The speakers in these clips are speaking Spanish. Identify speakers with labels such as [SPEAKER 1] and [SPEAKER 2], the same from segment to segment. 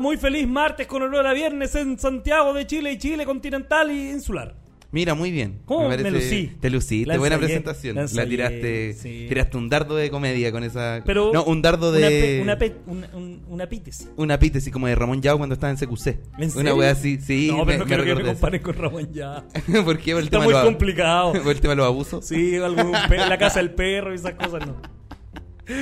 [SPEAKER 1] muy feliz martes con olor a viernes en Santiago de Chile y Chile continental y insular.
[SPEAKER 2] Mira, muy bien.
[SPEAKER 1] ¿Cómo me lucí?
[SPEAKER 2] Te luciste,
[SPEAKER 1] La
[SPEAKER 2] buena
[SPEAKER 1] ensayé,
[SPEAKER 2] presentación.
[SPEAKER 1] la
[SPEAKER 2] La,
[SPEAKER 1] ensayé,
[SPEAKER 2] tiraste,
[SPEAKER 1] sí.
[SPEAKER 2] tiraste un dardo de comedia con esa...
[SPEAKER 1] Pero
[SPEAKER 2] no, un dardo de...
[SPEAKER 1] Una, pe- una, pe- un- un- una pítese.
[SPEAKER 2] una pita así como de Ramón Yao cuando estaba en CQC.
[SPEAKER 1] ¿En serio?
[SPEAKER 2] Una wea así, sí.
[SPEAKER 1] no, pero no quiero que me
[SPEAKER 2] recordé eso.
[SPEAKER 1] comparen con Ramón ya.
[SPEAKER 2] ¿Por qué? Por el
[SPEAKER 1] Está
[SPEAKER 2] tema
[SPEAKER 1] muy
[SPEAKER 2] de los-
[SPEAKER 1] complicado.
[SPEAKER 2] por el tema de los abusos.
[SPEAKER 1] Sí, algún pe- la casa del perro y esas cosas, no.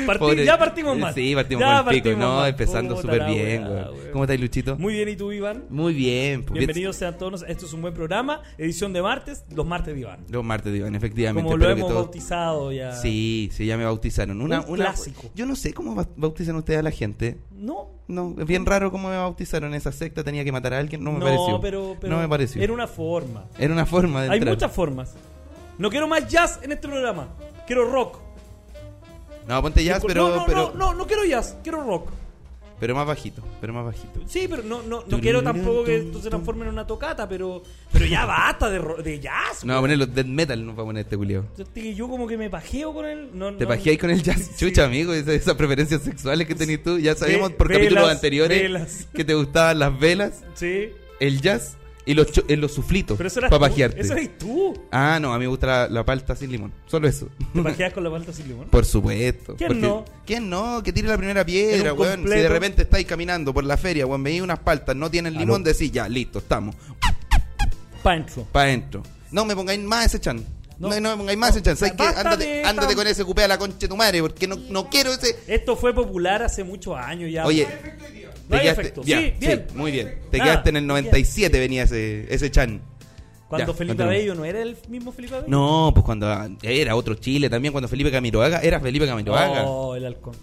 [SPEAKER 1] Parti-
[SPEAKER 2] Pobre-
[SPEAKER 1] ya partimos mal.
[SPEAKER 2] Sí, partimos
[SPEAKER 1] Ya
[SPEAKER 2] mal pico.
[SPEAKER 1] partimos
[SPEAKER 2] No,
[SPEAKER 1] mal.
[SPEAKER 2] empezando
[SPEAKER 1] Puta
[SPEAKER 2] súper
[SPEAKER 1] la
[SPEAKER 2] bien,
[SPEAKER 1] weá,
[SPEAKER 2] güey.
[SPEAKER 1] weón.
[SPEAKER 2] ¿Cómo estáis, Luchito?
[SPEAKER 1] Muy bien, ¿y tú, Iván?
[SPEAKER 2] Muy bien. pues,
[SPEAKER 1] Bienvenidos sean todos. Esto es un buen programa. Edición de martes, los martes de Iván.
[SPEAKER 2] bien. Los martes, Iván, efectivamente.
[SPEAKER 1] Como lo
[SPEAKER 2] espero que
[SPEAKER 1] hemos
[SPEAKER 2] todos-
[SPEAKER 1] bautizado ya.
[SPEAKER 2] Sí, sí, ya me bautizaron. Una,
[SPEAKER 1] Un
[SPEAKER 2] una-
[SPEAKER 1] clásico.
[SPEAKER 2] Yo no sé cómo ba- bautizan ustedes a la gente.
[SPEAKER 1] No.
[SPEAKER 2] No, es bien raro cómo me bautizaron. Esa secta tenía que matar a alguien. No me
[SPEAKER 1] No,
[SPEAKER 2] pareció.
[SPEAKER 1] pero, pero
[SPEAKER 2] no me pareció.
[SPEAKER 1] Era una forma.
[SPEAKER 2] Era una forma de
[SPEAKER 1] Hay
[SPEAKER 2] entrar.
[SPEAKER 1] muchas formas. No quiero más jazz en este programa. Quiero rock.
[SPEAKER 2] No, ponte jazz,
[SPEAKER 1] No,
[SPEAKER 2] pero,
[SPEAKER 1] no, no,
[SPEAKER 2] pero,
[SPEAKER 1] no, no quiero jazz, quiero rock.
[SPEAKER 2] pero más bajito. Pero más bajito.
[SPEAKER 1] Sí, pero no, no, no quiero tampoco que esto se transforme en una tocata, pero, pero ya basta de, ro- de jazz.
[SPEAKER 2] No, va a poner los death metal. No va a poner este culiao.
[SPEAKER 1] Yo te- Yo como que me pajeo con él. No,
[SPEAKER 2] Te
[SPEAKER 1] no-
[SPEAKER 2] pajeáis con el jazz, chucha, amigo, esa- esas, preferencias sexuales que tenías tú. Ya sabíamos por
[SPEAKER 1] velas,
[SPEAKER 2] capítulos anteriores
[SPEAKER 1] velas.
[SPEAKER 2] que te gustaban las velas,
[SPEAKER 1] Sí.
[SPEAKER 2] el jazz y los, chu- eh, los suflitos
[SPEAKER 1] Pero eso era
[SPEAKER 2] para pajearte.
[SPEAKER 1] Eso eres tú.
[SPEAKER 2] Ah, no, a mí me gusta la, la palta sin limón, solo eso.
[SPEAKER 1] Te pajeas con la palta sin limón.
[SPEAKER 2] Por supuesto.
[SPEAKER 1] ¿Quién no?
[SPEAKER 2] ¿Quién no? Que tire la primera piedra,
[SPEAKER 1] Era un
[SPEAKER 2] weón. Si
[SPEAKER 1] completo.
[SPEAKER 2] de repente estáis caminando por la feria, weón, veis unas paltas, no tienen limón, decís ya, listo, estamos.
[SPEAKER 1] Pancho.
[SPEAKER 2] Pa' adentro. No me pongáis más ese chan.
[SPEAKER 1] No.
[SPEAKER 2] No, no, me pongáis más ese chan. ¿Sabes qué?
[SPEAKER 1] Basta de
[SPEAKER 2] Ándate,
[SPEAKER 1] esta-
[SPEAKER 2] ándate con ese cupé a la concha de tu madre, porque no, no quiero ese.
[SPEAKER 1] Esto fue popular hace muchos años ya.
[SPEAKER 2] Oye,
[SPEAKER 1] No
[SPEAKER 2] te
[SPEAKER 1] hay
[SPEAKER 2] quedaste-
[SPEAKER 1] efecto.
[SPEAKER 2] ya,
[SPEAKER 1] Sí, bien.
[SPEAKER 2] muy bien. Te
[SPEAKER 1] Nada,
[SPEAKER 2] quedaste en el
[SPEAKER 1] bien.
[SPEAKER 2] 97, venía ese, ese chan.
[SPEAKER 1] Cuando
[SPEAKER 2] Ya,
[SPEAKER 1] Felipe
[SPEAKER 2] continúa.
[SPEAKER 1] Bello no era el mismo Felipe Bello.
[SPEAKER 2] No, pues cuando ah, era otro Chile también, cuando Felipe Camiroaga, era Felipe Camiroaga.
[SPEAKER 1] Oh, el halcón.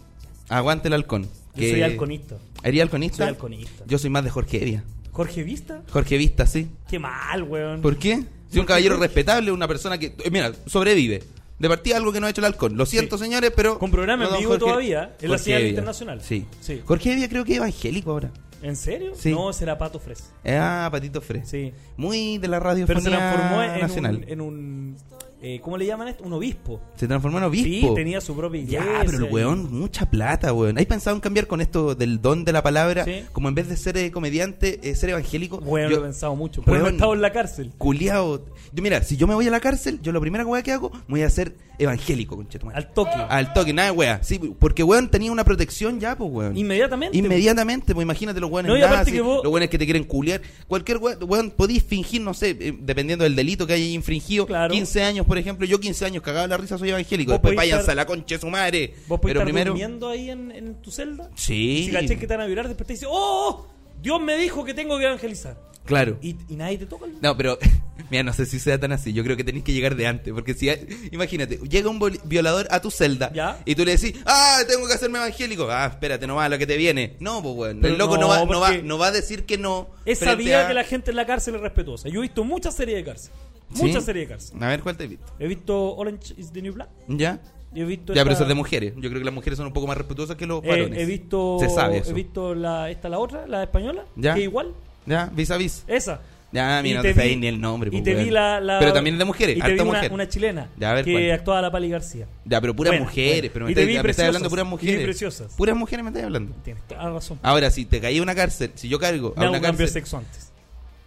[SPEAKER 2] Aguante el halcón.
[SPEAKER 1] Yo soy halconista.
[SPEAKER 2] ¿Eres halconista?
[SPEAKER 1] Soy halconista.
[SPEAKER 2] Yo soy más de Jorge Evia.
[SPEAKER 1] Jorge Vista.
[SPEAKER 2] Jorge Vista, sí.
[SPEAKER 1] Qué mal, weón.
[SPEAKER 2] ¿Por qué? Si un caballero respetable, una persona que, eh, mira, sobrevive. De partida algo que no ha hecho el halcón. Lo siento,
[SPEAKER 1] Sí.
[SPEAKER 2] señores, pero...
[SPEAKER 1] Con programa en
[SPEAKER 2] no, don
[SPEAKER 1] vivo todavía, en la
[SPEAKER 2] Jorge
[SPEAKER 1] señal
[SPEAKER 2] Evia.
[SPEAKER 1] internacional.
[SPEAKER 2] Sí.
[SPEAKER 1] Sí.
[SPEAKER 2] Jorge Evia creo que es evangélico ahora.
[SPEAKER 1] ¿En serio?
[SPEAKER 2] Sí.
[SPEAKER 1] No, será Pato Fres.
[SPEAKER 2] Ah, Patito Fres.
[SPEAKER 1] Sí.
[SPEAKER 2] Muy de la radio
[SPEAKER 1] Pero se transformó en
[SPEAKER 2] nacional.
[SPEAKER 1] un. En un eh, ¿Cómo le llaman esto? Un obispo.
[SPEAKER 2] Se transformó en obispo.
[SPEAKER 1] Sí, tenía su propia
[SPEAKER 2] Ya,
[SPEAKER 1] iglesia.
[SPEAKER 2] pero el
[SPEAKER 1] y-
[SPEAKER 2] weón, mucha plata, weón. ¿Hay pensado en cambiar con esto del don de la palabra?
[SPEAKER 1] Sí.
[SPEAKER 2] Como en vez de ser eh, comediante, eh, ser evangélico.
[SPEAKER 1] Weón,
[SPEAKER 2] yo-
[SPEAKER 1] lo he pensado mucho. Pero
[SPEAKER 2] Weón,
[SPEAKER 1] he estado en la cárcel.
[SPEAKER 2] Culiao. Yo, mira, si yo me voy a la cárcel, yo lo primera weá que hago, me voy a ser evangélico, conchetumadre.
[SPEAKER 1] Al toque.
[SPEAKER 2] Al toque, nada, de weá. Sí, porque weón tenía una protección ya, pues weón.
[SPEAKER 1] Inmediatamente.
[SPEAKER 2] Inmediatamente, pues imagínate los weones
[SPEAKER 1] No, y aparte
[SPEAKER 2] nazis,
[SPEAKER 1] que vos-
[SPEAKER 2] los weones que te quieren culiar. Cualquier weón, weón, podís fingir, no sé, eh, dependiendo del delito que hayas infringido.
[SPEAKER 1] Claro.
[SPEAKER 2] 15 años, por ejemplo, yo 15 años cagado en la risa, soy evangélico.
[SPEAKER 1] Vos
[SPEAKER 2] Después
[SPEAKER 1] podís
[SPEAKER 2] váyanse
[SPEAKER 1] estar-
[SPEAKER 2] a la concha de su madre.
[SPEAKER 1] Vos podés
[SPEAKER 2] Pero
[SPEAKER 1] estar
[SPEAKER 2] primero.
[SPEAKER 1] durmiendo ahí en, en tu celda.
[SPEAKER 2] Sí.
[SPEAKER 1] Si caché que te van a violar, después te dice, ¡Oh! Dios me dijo que tengo que evangelizar.
[SPEAKER 2] Claro.
[SPEAKER 1] Y, y nadie te toca. el-
[SPEAKER 2] No, pero, mira, no sé si sea tan así. Yo creo que tenés que llegar de antes. Porque si, hay- imagínate, llega un vol- violador a tu celda
[SPEAKER 1] Ya.
[SPEAKER 2] y tú le decís, ah, tengo que hacerme evangélico. Ah, espérate nomás, lo que te viene. No, pues, weón.
[SPEAKER 1] Pero
[SPEAKER 2] El loco no,
[SPEAKER 1] no,
[SPEAKER 2] va, no, va,
[SPEAKER 1] porque-
[SPEAKER 2] no va a decir que no.
[SPEAKER 1] Es
[SPEAKER 2] frente
[SPEAKER 1] sabía
[SPEAKER 2] a-
[SPEAKER 1] que la gente en la cárcel es respetuosa. Yo he visto muchas series de cárcel.
[SPEAKER 2] ¿Sí?
[SPEAKER 1] Muchas series de cárcel.
[SPEAKER 2] A ver, ¿cuál te he visto?
[SPEAKER 1] He visto Orange is the New Black.
[SPEAKER 2] ¿Ya?
[SPEAKER 1] He visto
[SPEAKER 2] Ya, pero
[SPEAKER 1] esta-
[SPEAKER 2] eso es de mujeres. Yo creo que las mujeres son un poco más respetuosas que los
[SPEAKER 1] Eh,
[SPEAKER 2] varones.
[SPEAKER 1] he visto.
[SPEAKER 2] Se sabe eso.
[SPEAKER 1] He visto la, esta, la otra, la española.
[SPEAKER 2] Ya.
[SPEAKER 1] Que igual.
[SPEAKER 2] Ya, vis a vis.
[SPEAKER 1] Esa.
[SPEAKER 2] Ya,
[SPEAKER 1] Y
[SPEAKER 2] mira, no
[SPEAKER 1] te
[SPEAKER 2] te
[SPEAKER 1] vi-
[SPEAKER 2] sabéis ni el nombre.
[SPEAKER 1] Y
[SPEAKER 2] pues,
[SPEAKER 1] te
[SPEAKER 2] weón.
[SPEAKER 1] vi la, la-
[SPEAKER 2] Pero también es de mujeres,
[SPEAKER 1] Y te vi
[SPEAKER 2] harta
[SPEAKER 1] una,
[SPEAKER 2] mujer.
[SPEAKER 1] una chilena
[SPEAKER 2] Ya, a ver,
[SPEAKER 1] que
[SPEAKER 2] cuál.
[SPEAKER 1] actuaba la Pali García.
[SPEAKER 2] Ya, pero puras
[SPEAKER 1] Buena,
[SPEAKER 2] mujeres,
[SPEAKER 1] buena.
[SPEAKER 2] pero me
[SPEAKER 1] Y te
[SPEAKER 2] estáis-
[SPEAKER 1] vi
[SPEAKER 2] me estáis
[SPEAKER 1] preciosas,
[SPEAKER 2] hablando de puras
[SPEAKER 1] y vi
[SPEAKER 2] mujeres.
[SPEAKER 1] preciosas.
[SPEAKER 2] Puras mujeres me estáis hablando.
[SPEAKER 1] Tienes toda la razón.
[SPEAKER 2] Ahora, si te caí a una cárcel, si yo
[SPEAKER 1] Me
[SPEAKER 2] cargo a
[SPEAKER 1] hago
[SPEAKER 2] Ah, una
[SPEAKER 1] un cambio de
[SPEAKER 2] cárcel.
[SPEAKER 1] sexo antes.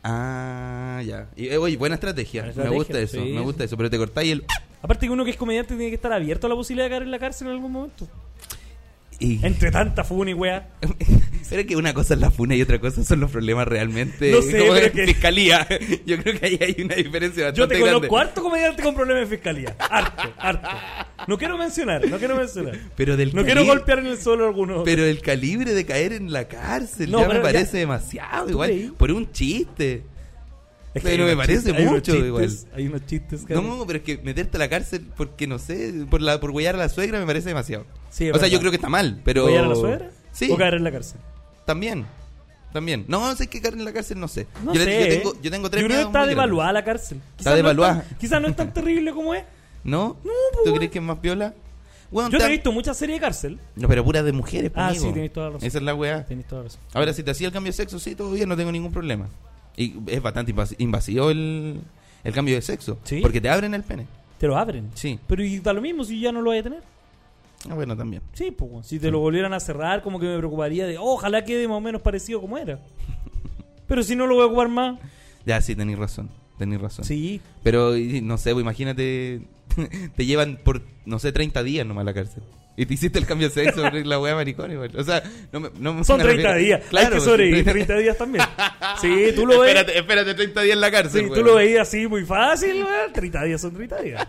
[SPEAKER 2] Ah, ya. Y, eh, oye, buena estrategia.
[SPEAKER 1] Buena estrategia,
[SPEAKER 2] Me gusta eso,
[SPEAKER 1] sí.
[SPEAKER 2] me gusta eso. Pero te cortáis el.
[SPEAKER 1] Aparte que uno que es comediante tiene que estar abierto a la posibilidad de caer en la cárcel en algún momento.
[SPEAKER 2] y-
[SPEAKER 1] Entre tanta funa y weá.
[SPEAKER 2] ¿Será que una cosa es la funa y otra cosa son los problemas realmente?
[SPEAKER 1] No sé,
[SPEAKER 2] como
[SPEAKER 1] pero
[SPEAKER 2] en
[SPEAKER 1] que-
[SPEAKER 2] fiscalía. Yo creo que ahí hay una diferencia
[SPEAKER 1] Yo
[SPEAKER 2] bastante
[SPEAKER 1] te conozco
[SPEAKER 2] grande.
[SPEAKER 1] harto comediante con problemas de fiscalía. Harto, harto. No quiero mencionar, no quiero mencionar.
[SPEAKER 2] Pero del
[SPEAKER 1] no quiero
[SPEAKER 2] calibre-
[SPEAKER 1] golpear en el suelo a alguno.
[SPEAKER 2] Pero el calibre de caer en la cárcel
[SPEAKER 1] No,
[SPEAKER 2] ya me
[SPEAKER 1] pero ya-
[SPEAKER 2] parece demasiado.
[SPEAKER 1] ¿Tú
[SPEAKER 2] Igual,
[SPEAKER 1] creí?
[SPEAKER 2] por un chiste.
[SPEAKER 1] Es
[SPEAKER 2] pero
[SPEAKER 1] hay
[SPEAKER 2] me
[SPEAKER 1] unos
[SPEAKER 2] parece
[SPEAKER 1] chistes- hay unos
[SPEAKER 2] mucho
[SPEAKER 1] chistes-
[SPEAKER 2] igual.
[SPEAKER 1] Hay unos chistes, cara.
[SPEAKER 2] No, pero es que meterte a la cárcel porque no sé, por la por huellar a la suegra me parece demasiado.
[SPEAKER 1] Sí, es
[SPEAKER 2] o sea,
[SPEAKER 1] verdad.
[SPEAKER 2] yo creo que está mal, pero.
[SPEAKER 1] ¿Huellar a la suegra?
[SPEAKER 2] Sí.
[SPEAKER 1] ¿O caer en la cárcel?
[SPEAKER 2] También. También. No, sé que caer en la cárcel no sé.
[SPEAKER 1] No
[SPEAKER 2] yo,
[SPEAKER 1] sé.
[SPEAKER 2] le- yo tengo, yo tengo tres
[SPEAKER 1] Yo creo que
[SPEAKER 2] miedos
[SPEAKER 1] está
[SPEAKER 2] muy grandes.
[SPEAKER 1] devaluada la cárcel.
[SPEAKER 2] Está
[SPEAKER 1] Quizás no es
[SPEAKER 2] devaluada.
[SPEAKER 1] tan- Quizás no es tan terrible como es.
[SPEAKER 2] ¿No?
[SPEAKER 1] No, pues,
[SPEAKER 2] ¿Tú
[SPEAKER 1] weón.
[SPEAKER 2] crees que es más piola? Weón,
[SPEAKER 1] Yo
[SPEAKER 2] te
[SPEAKER 1] te he
[SPEAKER 2] han-
[SPEAKER 1] visto muchas series de cárcel.
[SPEAKER 2] No, pero pura de mujeres, pues,
[SPEAKER 1] Ah,
[SPEAKER 2] amigo.
[SPEAKER 1] sí, tenés toda la razón.
[SPEAKER 2] Esa es la weá.
[SPEAKER 1] Tenés toda la razón.
[SPEAKER 2] Ahora, si te hacía el cambio de sexo, sí, todo bien, no tengo ningún problema. Y es bastante invas- invasivo el, el cambio de sexo.
[SPEAKER 1] Sí.
[SPEAKER 2] Porque te abren el pene.
[SPEAKER 1] Te lo abren.
[SPEAKER 2] Sí.
[SPEAKER 1] Pero y da lo mismo si ya no lo voy a tener.
[SPEAKER 2] Ah, bueno, también.
[SPEAKER 1] Sí, pues, weón. si te lo volvieran a cerrar, como que me preocuparía de, "Oh, ojalá quede más o menos parecido como era. Pero si no lo voy a ocupar más.
[SPEAKER 2] Ya, sí, tenéis razón. Tenéis razón.
[SPEAKER 1] Sí,
[SPEAKER 2] Pero, y- no sé, pues, imagínate. Te llevan por, no sé, 30 días nomás a la cárcel. Y te hiciste el cambio de sexo, la wea maricón igual. O sea, no me. No me-
[SPEAKER 1] son
[SPEAKER 2] me
[SPEAKER 1] 30
[SPEAKER 2] refiero-
[SPEAKER 1] días. Claro, Hay que
[SPEAKER 2] pues,
[SPEAKER 1] sobrevivir 30 días también. Sí, tú lo ves.
[SPEAKER 2] Espérate, espérate 30 días en la cárcel.
[SPEAKER 1] Sí, tú
[SPEAKER 2] weón.
[SPEAKER 1] lo veías así muy fácil, weón. 30 días son 30 días.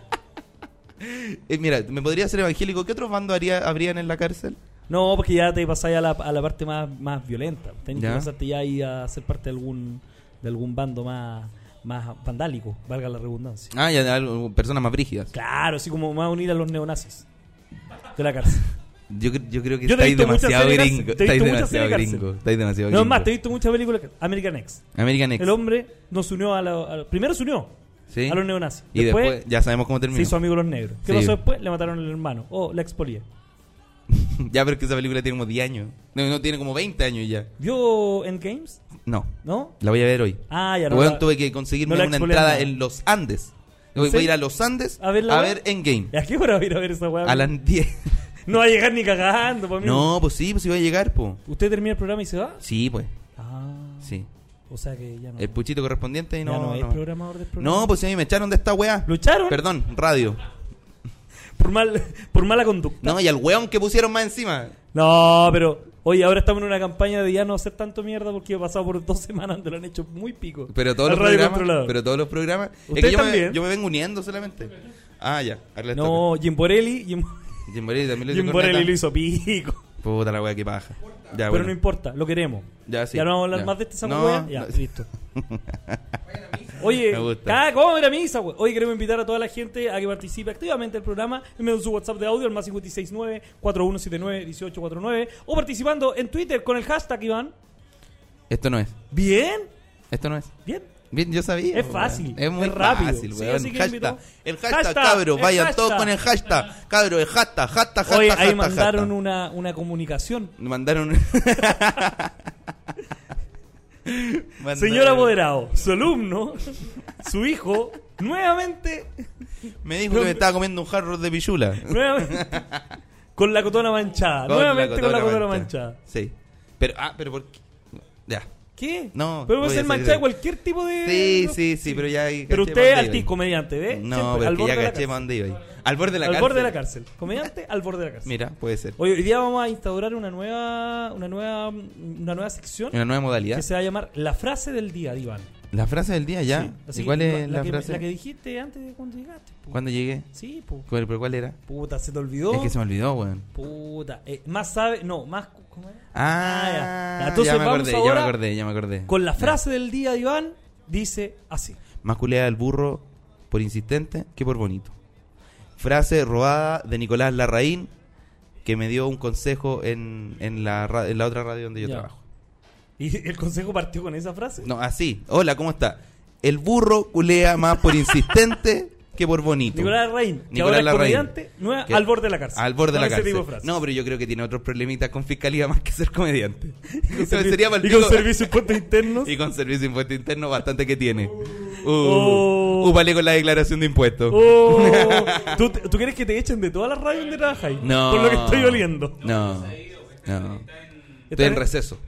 [SPEAKER 2] Eh, mira, me podría ser evangélico. ¿Qué otros bandos haría, habrían en la cárcel?
[SPEAKER 1] No, porque ya te pasáis a la, a la parte más, más violenta. Tenés
[SPEAKER 2] Ya.
[SPEAKER 1] que pasarte ya ahí a ser parte de algún, de algún bando más, más vandálico, valga la redundancia.
[SPEAKER 2] Ah, ya, algo- personas más brígidas.
[SPEAKER 1] Claro, así como más unir a los neonazis de la cárcel.
[SPEAKER 2] Yo, cre- yo creo que
[SPEAKER 1] Yo te he
[SPEAKER 2] estáis
[SPEAKER 1] visto muchas
[SPEAKER 2] demasiado
[SPEAKER 1] series
[SPEAKER 2] gringo.
[SPEAKER 1] cárcel. Te he
[SPEAKER 2] Estáis
[SPEAKER 1] visto muchas
[SPEAKER 2] demasiado
[SPEAKER 1] series
[SPEAKER 2] gringo.
[SPEAKER 1] cárcel.
[SPEAKER 2] Estáis demasiado
[SPEAKER 1] No, es
[SPEAKER 2] gringo.
[SPEAKER 1] más, te he visto muchas películas. que- American X.
[SPEAKER 2] American X.
[SPEAKER 1] El hombre nos unió a, la- a- Primero se unió
[SPEAKER 2] Sí.
[SPEAKER 1] a los neonazis.
[SPEAKER 2] Y después, ya sabemos cómo
[SPEAKER 1] se
[SPEAKER 2] terminó.
[SPEAKER 1] hizo amigo de los negros. ¿Qué
[SPEAKER 2] Sí.
[SPEAKER 1] pasó después? Le mataron al hermano. Oh, la expolía.
[SPEAKER 2] ya, pero es que esa película tiene como 10 años. No, no, tiene como 20 años ya.
[SPEAKER 1] ¿Vio Endgames?
[SPEAKER 2] No,
[SPEAKER 1] ¿No?
[SPEAKER 2] la voy a ver hoy.
[SPEAKER 1] Ah, ya no.
[SPEAKER 2] Weón,
[SPEAKER 1] la-
[SPEAKER 2] tuve que conseguirme
[SPEAKER 1] no la
[SPEAKER 2] una
[SPEAKER 1] expolian
[SPEAKER 2] entrada
[SPEAKER 1] nada.
[SPEAKER 2] en los Andes.
[SPEAKER 1] ¿En
[SPEAKER 2] Voy, voy a ir
[SPEAKER 1] serio?
[SPEAKER 2] a los Andes a
[SPEAKER 1] A
[SPEAKER 2] ver,
[SPEAKER 1] ver la weá.
[SPEAKER 2] Endgame.
[SPEAKER 1] ¿Y ¿A qué hora voy a ir a ver esa weá?
[SPEAKER 2] A las 10.
[SPEAKER 1] No va a llegar ni cagando, pa' mí.
[SPEAKER 2] no, pues sí, pues sí voy a llegar, pues.
[SPEAKER 1] ¿Usted termina el programa y se va?
[SPEAKER 2] Sí, pues.
[SPEAKER 1] Ah.
[SPEAKER 2] Sí.
[SPEAKER 1] O sea que ya no.
[SPEAKER 2] El puchito correspondiente y
[SPEAKER 1] ya
[SPEAKER 2] Eh, no.
[SPEAKER 1] no,
[SPEAKER 2] No,
[SPEAKER 1] es programador del programa.
[SPEAKER 2] No, pues si a mí me echaron de esta weá.
[SPEAKER 1] ¿Lucharon?
[SPEAKER 2] Perdón, radio.
[SPEAKER 1] Por, mal, por mala conducta.
[SPEAKER 2] No, y al weón que pusieron más encima.
[SPEAKER 1] No, pero. Oye, ahora estamos en una campaña de ya no hacer tanto mierda porque he pasado por dos semanas donde lo han hecho muy pico.
[SPEAKER 2] Pero todos
[SPEAKER 1] Al
[SPEAKER 2] los
[SPEAKER 1] radio
[SPEAKER 2] programas.
[SPEAKER 1] controlado.
[SPEAKER 2] Pero todos los programas. Es
[SPEAKER 1] Ustedes
[SPEAKER 2] que yo me,
[SPEAKER 1] también.
[SPEAKER 2] yo me vengo uniendo solamente. Ah, ya. Ahora les
[SPEAKER 1] No, Jim Borelli. Jim,
[SPEAKER 2] toca. Jim Borelli también le hizo
[SPEAKER 1] Jim Borelli
[SPEAKER 2] corneta.
[SPEAKER 1] lo hizo pico.
[SPEAKER 2] Puta la weá que baja. Ya,
[SPEAKER 1] pero
[SPEAKER 2] bueno.
[SPEAKER 1] no importa, lo queremos.
[SPEAKER 2] Ya, sí.
[SPEAKER 1] Ya no vamos a hablar
[SPEAKER 2] Ya.
[SPEAKER 1] más de este
[SPEAKER 2] No,
[SPEAKER 1] saco wea. Ya,
[SPEAKER 2] no.
[SPEAKER 1] listo. Oye,
[SPEAKER 2] Me gusta.
[SPEAKER 1] ah, ¿cómo era misa, güey? Hoy queremos invitar a toda la gente a que participe activamente del programa enviando su WhatsApp de audio al más 569-4179-1849 o participando en Twitter con el hashtag, Iván.
[SPEAKER 2] Esto no es.
[SPEAKER 1] Bien,
[SPEAKER 2] Esto no es.
[SPEAKER 1] bien.
[SPEAKER 2] Bien, yo sabía.
[SPEAKER 1] Es
[SPEAKER 2] weón.
[SPEAKER 1] fácil,
[SPEAKER 2] Es muy
[SPEAKER 1] es rápido.
[SPEAKER 2] fácil,
[SPEAKER 1] Sí,
[SPEAKER 2] weón.
[SPEAKER 1] así que
[SPEAKER 2] hashtag.
[SPEAKER 1] invito-
[SPEAKER 2] El hashtag,
[SPEAKER 1] Hashtag,
[SPEAKER 2] cabro.
[SPEAKER 1] el
[SPEAKER 2] Vayan todos
[SPEAKER 1] hashtag.
[SPEAKER 2] con el hashtag. Cabro, el hashtag, hashtag, hashtag.
[SPEAKER 1] Hoy ahí
[SPEAKER 2] hashtag,
[SPEAKER 1] mandaron
[SPEAKER 2] hashtag.
[SPEAKER 1] una, una comunicación.
[SPEAKER 2] Mandaron. Mandaron-
[SPEAKER 1] Señor apoderado, su alumno, su hijo, nuevamente
[SPEAKER 2] Me dijo que me estaba comiendo un jarro de pichula.
[SPEAKER 1] Nuevamente. Con la cotona manchada.
[SPEAKER 2] Con
[SPEAKER 1] Ah, Nuevamente con la cotona
[SPEAKER 2] mancha.
[SPEAKER 1] manchada.
[SPEAKER 2] Sí. Pero, ah, pero ¿por qué? Ya.
[SPEAKER 1] ¿Qué?
[SPEAKER 2] No,
[SPEAKER 1] Pero
[SPEAKER 2] voy
[SPEAKER 1] puede
[SPEAKER 2] a
[SPEAKER 1] ser
[SPEAKER 2] ser
[SPEAKER 1] manchada
[SPEAKER 2] de-
[SPEAKER 1] de cualquier tipo de.
[SPEAKER 2] Sí,
[SPEAKER 1] no-
[SPEAKER 2] sí, sí, pero ya. ahí
[SPEAKER 1] Pero
[SPEAKER 2] caché
[SPEAKER 1] usted es
[SPEAKER 2] pa' dónde
[SPEAKER 1] artist,
[SPEAKER 2] iba.
[SPEAKER 1] comediante, ¿ve? Siempre
[SPEAKER 2] No,
[SPEAKER 1] al
[SPEAKER 2] pero que
[SPEAKER 1] borde de
[SPEAKER 2] ya
[SPEAKER 1] la
[SPEAKER 2] caché
[SPEAKER 1] cárcel.
[SPEAKER 2] pa' dónde iba ahí. Al borde de la
[SPEAKER 1] al
[SPEAKER 2] cárcel.
[SPEAKER 1] borde de la cárcel. Comediante al borde de la cárcel.
[SPEAKER 2] Mira, puede ser.
[SPEAKER 1] Hoy, hoy día vamos a instaurar una nueva, una nueva, una nueva sección
[SPEAKER 2] Una nueva modalidad.
[SPEAKER 1] que se va a llamar La frase del día, Diván.
[SPEAKER 2] La frase del día ya.
[SPEAKER 1] Así
[SPEAKER 2] ¿Y cuál
[SPEAKER 1] que
[SPEAKER 2] es la,
[SPEAKER 1] que,
[SPEAKER 2] frase?
[SPEAKER 1] La que dijiste antes de cuando llegaste. po.
[SPEAKER 2] ¿Cuándo llegué?
[SPEAKER 1] Sí, po.
[SPEAKER 2] ¿Cuál, ¿Pero cuál era?
[SPEAKER 1] Puta, se te olvidó.
[SPEAKER 2] Es que se me olvidó, weón.
[SPEAKER 1] Puta. eh, más sabe. No, más. ¿Cómo era?
[SPEAKER 2] Ah,
[SPEAKER 1] Ah, ya.
[SPEAKER 2] ya.
[SPEAKER 1] Entonces
[SPEAKER 2] ya me
[SPEAKER 1] vamos
[SPEAKER 2] acordé, ya
[SPEAKER 1] ahora
[SPEAKER 2] me acordé, ya me acordé.
[SPEAKER 1] Con la frase del día de Iván, dice así.
[SPEAKER 2] Más culea al burro por insistente que por bonito. Frase robada de Nicolás Larraín que me dio un consejo en, en, la, ra- en la otra radio donde yo
[SPEAKER 1] Ya.
[SPEAKER 2] trabajo.
[SPEAKER 1] ¿Y el consejo partió con esa frase?
[SPEAKER 2] No, así. Hola, ¿cómo está? El burro culea más por insistente que por bonito.
[SPEAKER 1] Nicolás Larraín, que
[SPEAKER 2] Nicolás
[SPEAKER 1] ahora es
[SPEAKER 2] Larraín.
[SPEAKER 1] comediante, nueva-
[SPEAKER 2] Que-
[SPEAKER 1] al borde de la cárcel.
[SPEAKER 2] Al borde de
[SPEAKER 1] Con
[SPEAKER 2] la
[SPEAKER 1] ese
[SPEAKER 2] cárcel.
[SPEAKER 1] tipo de frase.
[SPEAKER 2] No, pero yo creo que tiene otros problemitas con fiscalía más que ser comediante.
[SPEAKER 1] Y
[SPEAKER 2] Sería
[SPEAKER 1] con,
[SPEAKER 2] pa'l
[SPEAKER 1] y con
[SPEAKER 2] pico.
[SPEAKER 1] servicios puestos internos.
[SPEAKER 2] Y con servicio de impuesto interno bastante que tiene. Uh,
[SPEAKER 1] Oh.
[SPEAKER 2] Úpale con la declaración de impuestos.
[SPEAKER 1] Oh, ¿tú, te- tú quieres que te echen de todas las radios donde trabajáis?
[SPEAKER 2] No.
[SPEAKER 1] Por lo que estoy oliendo.
[SPEAKER 2] No. No. Estoy en receso.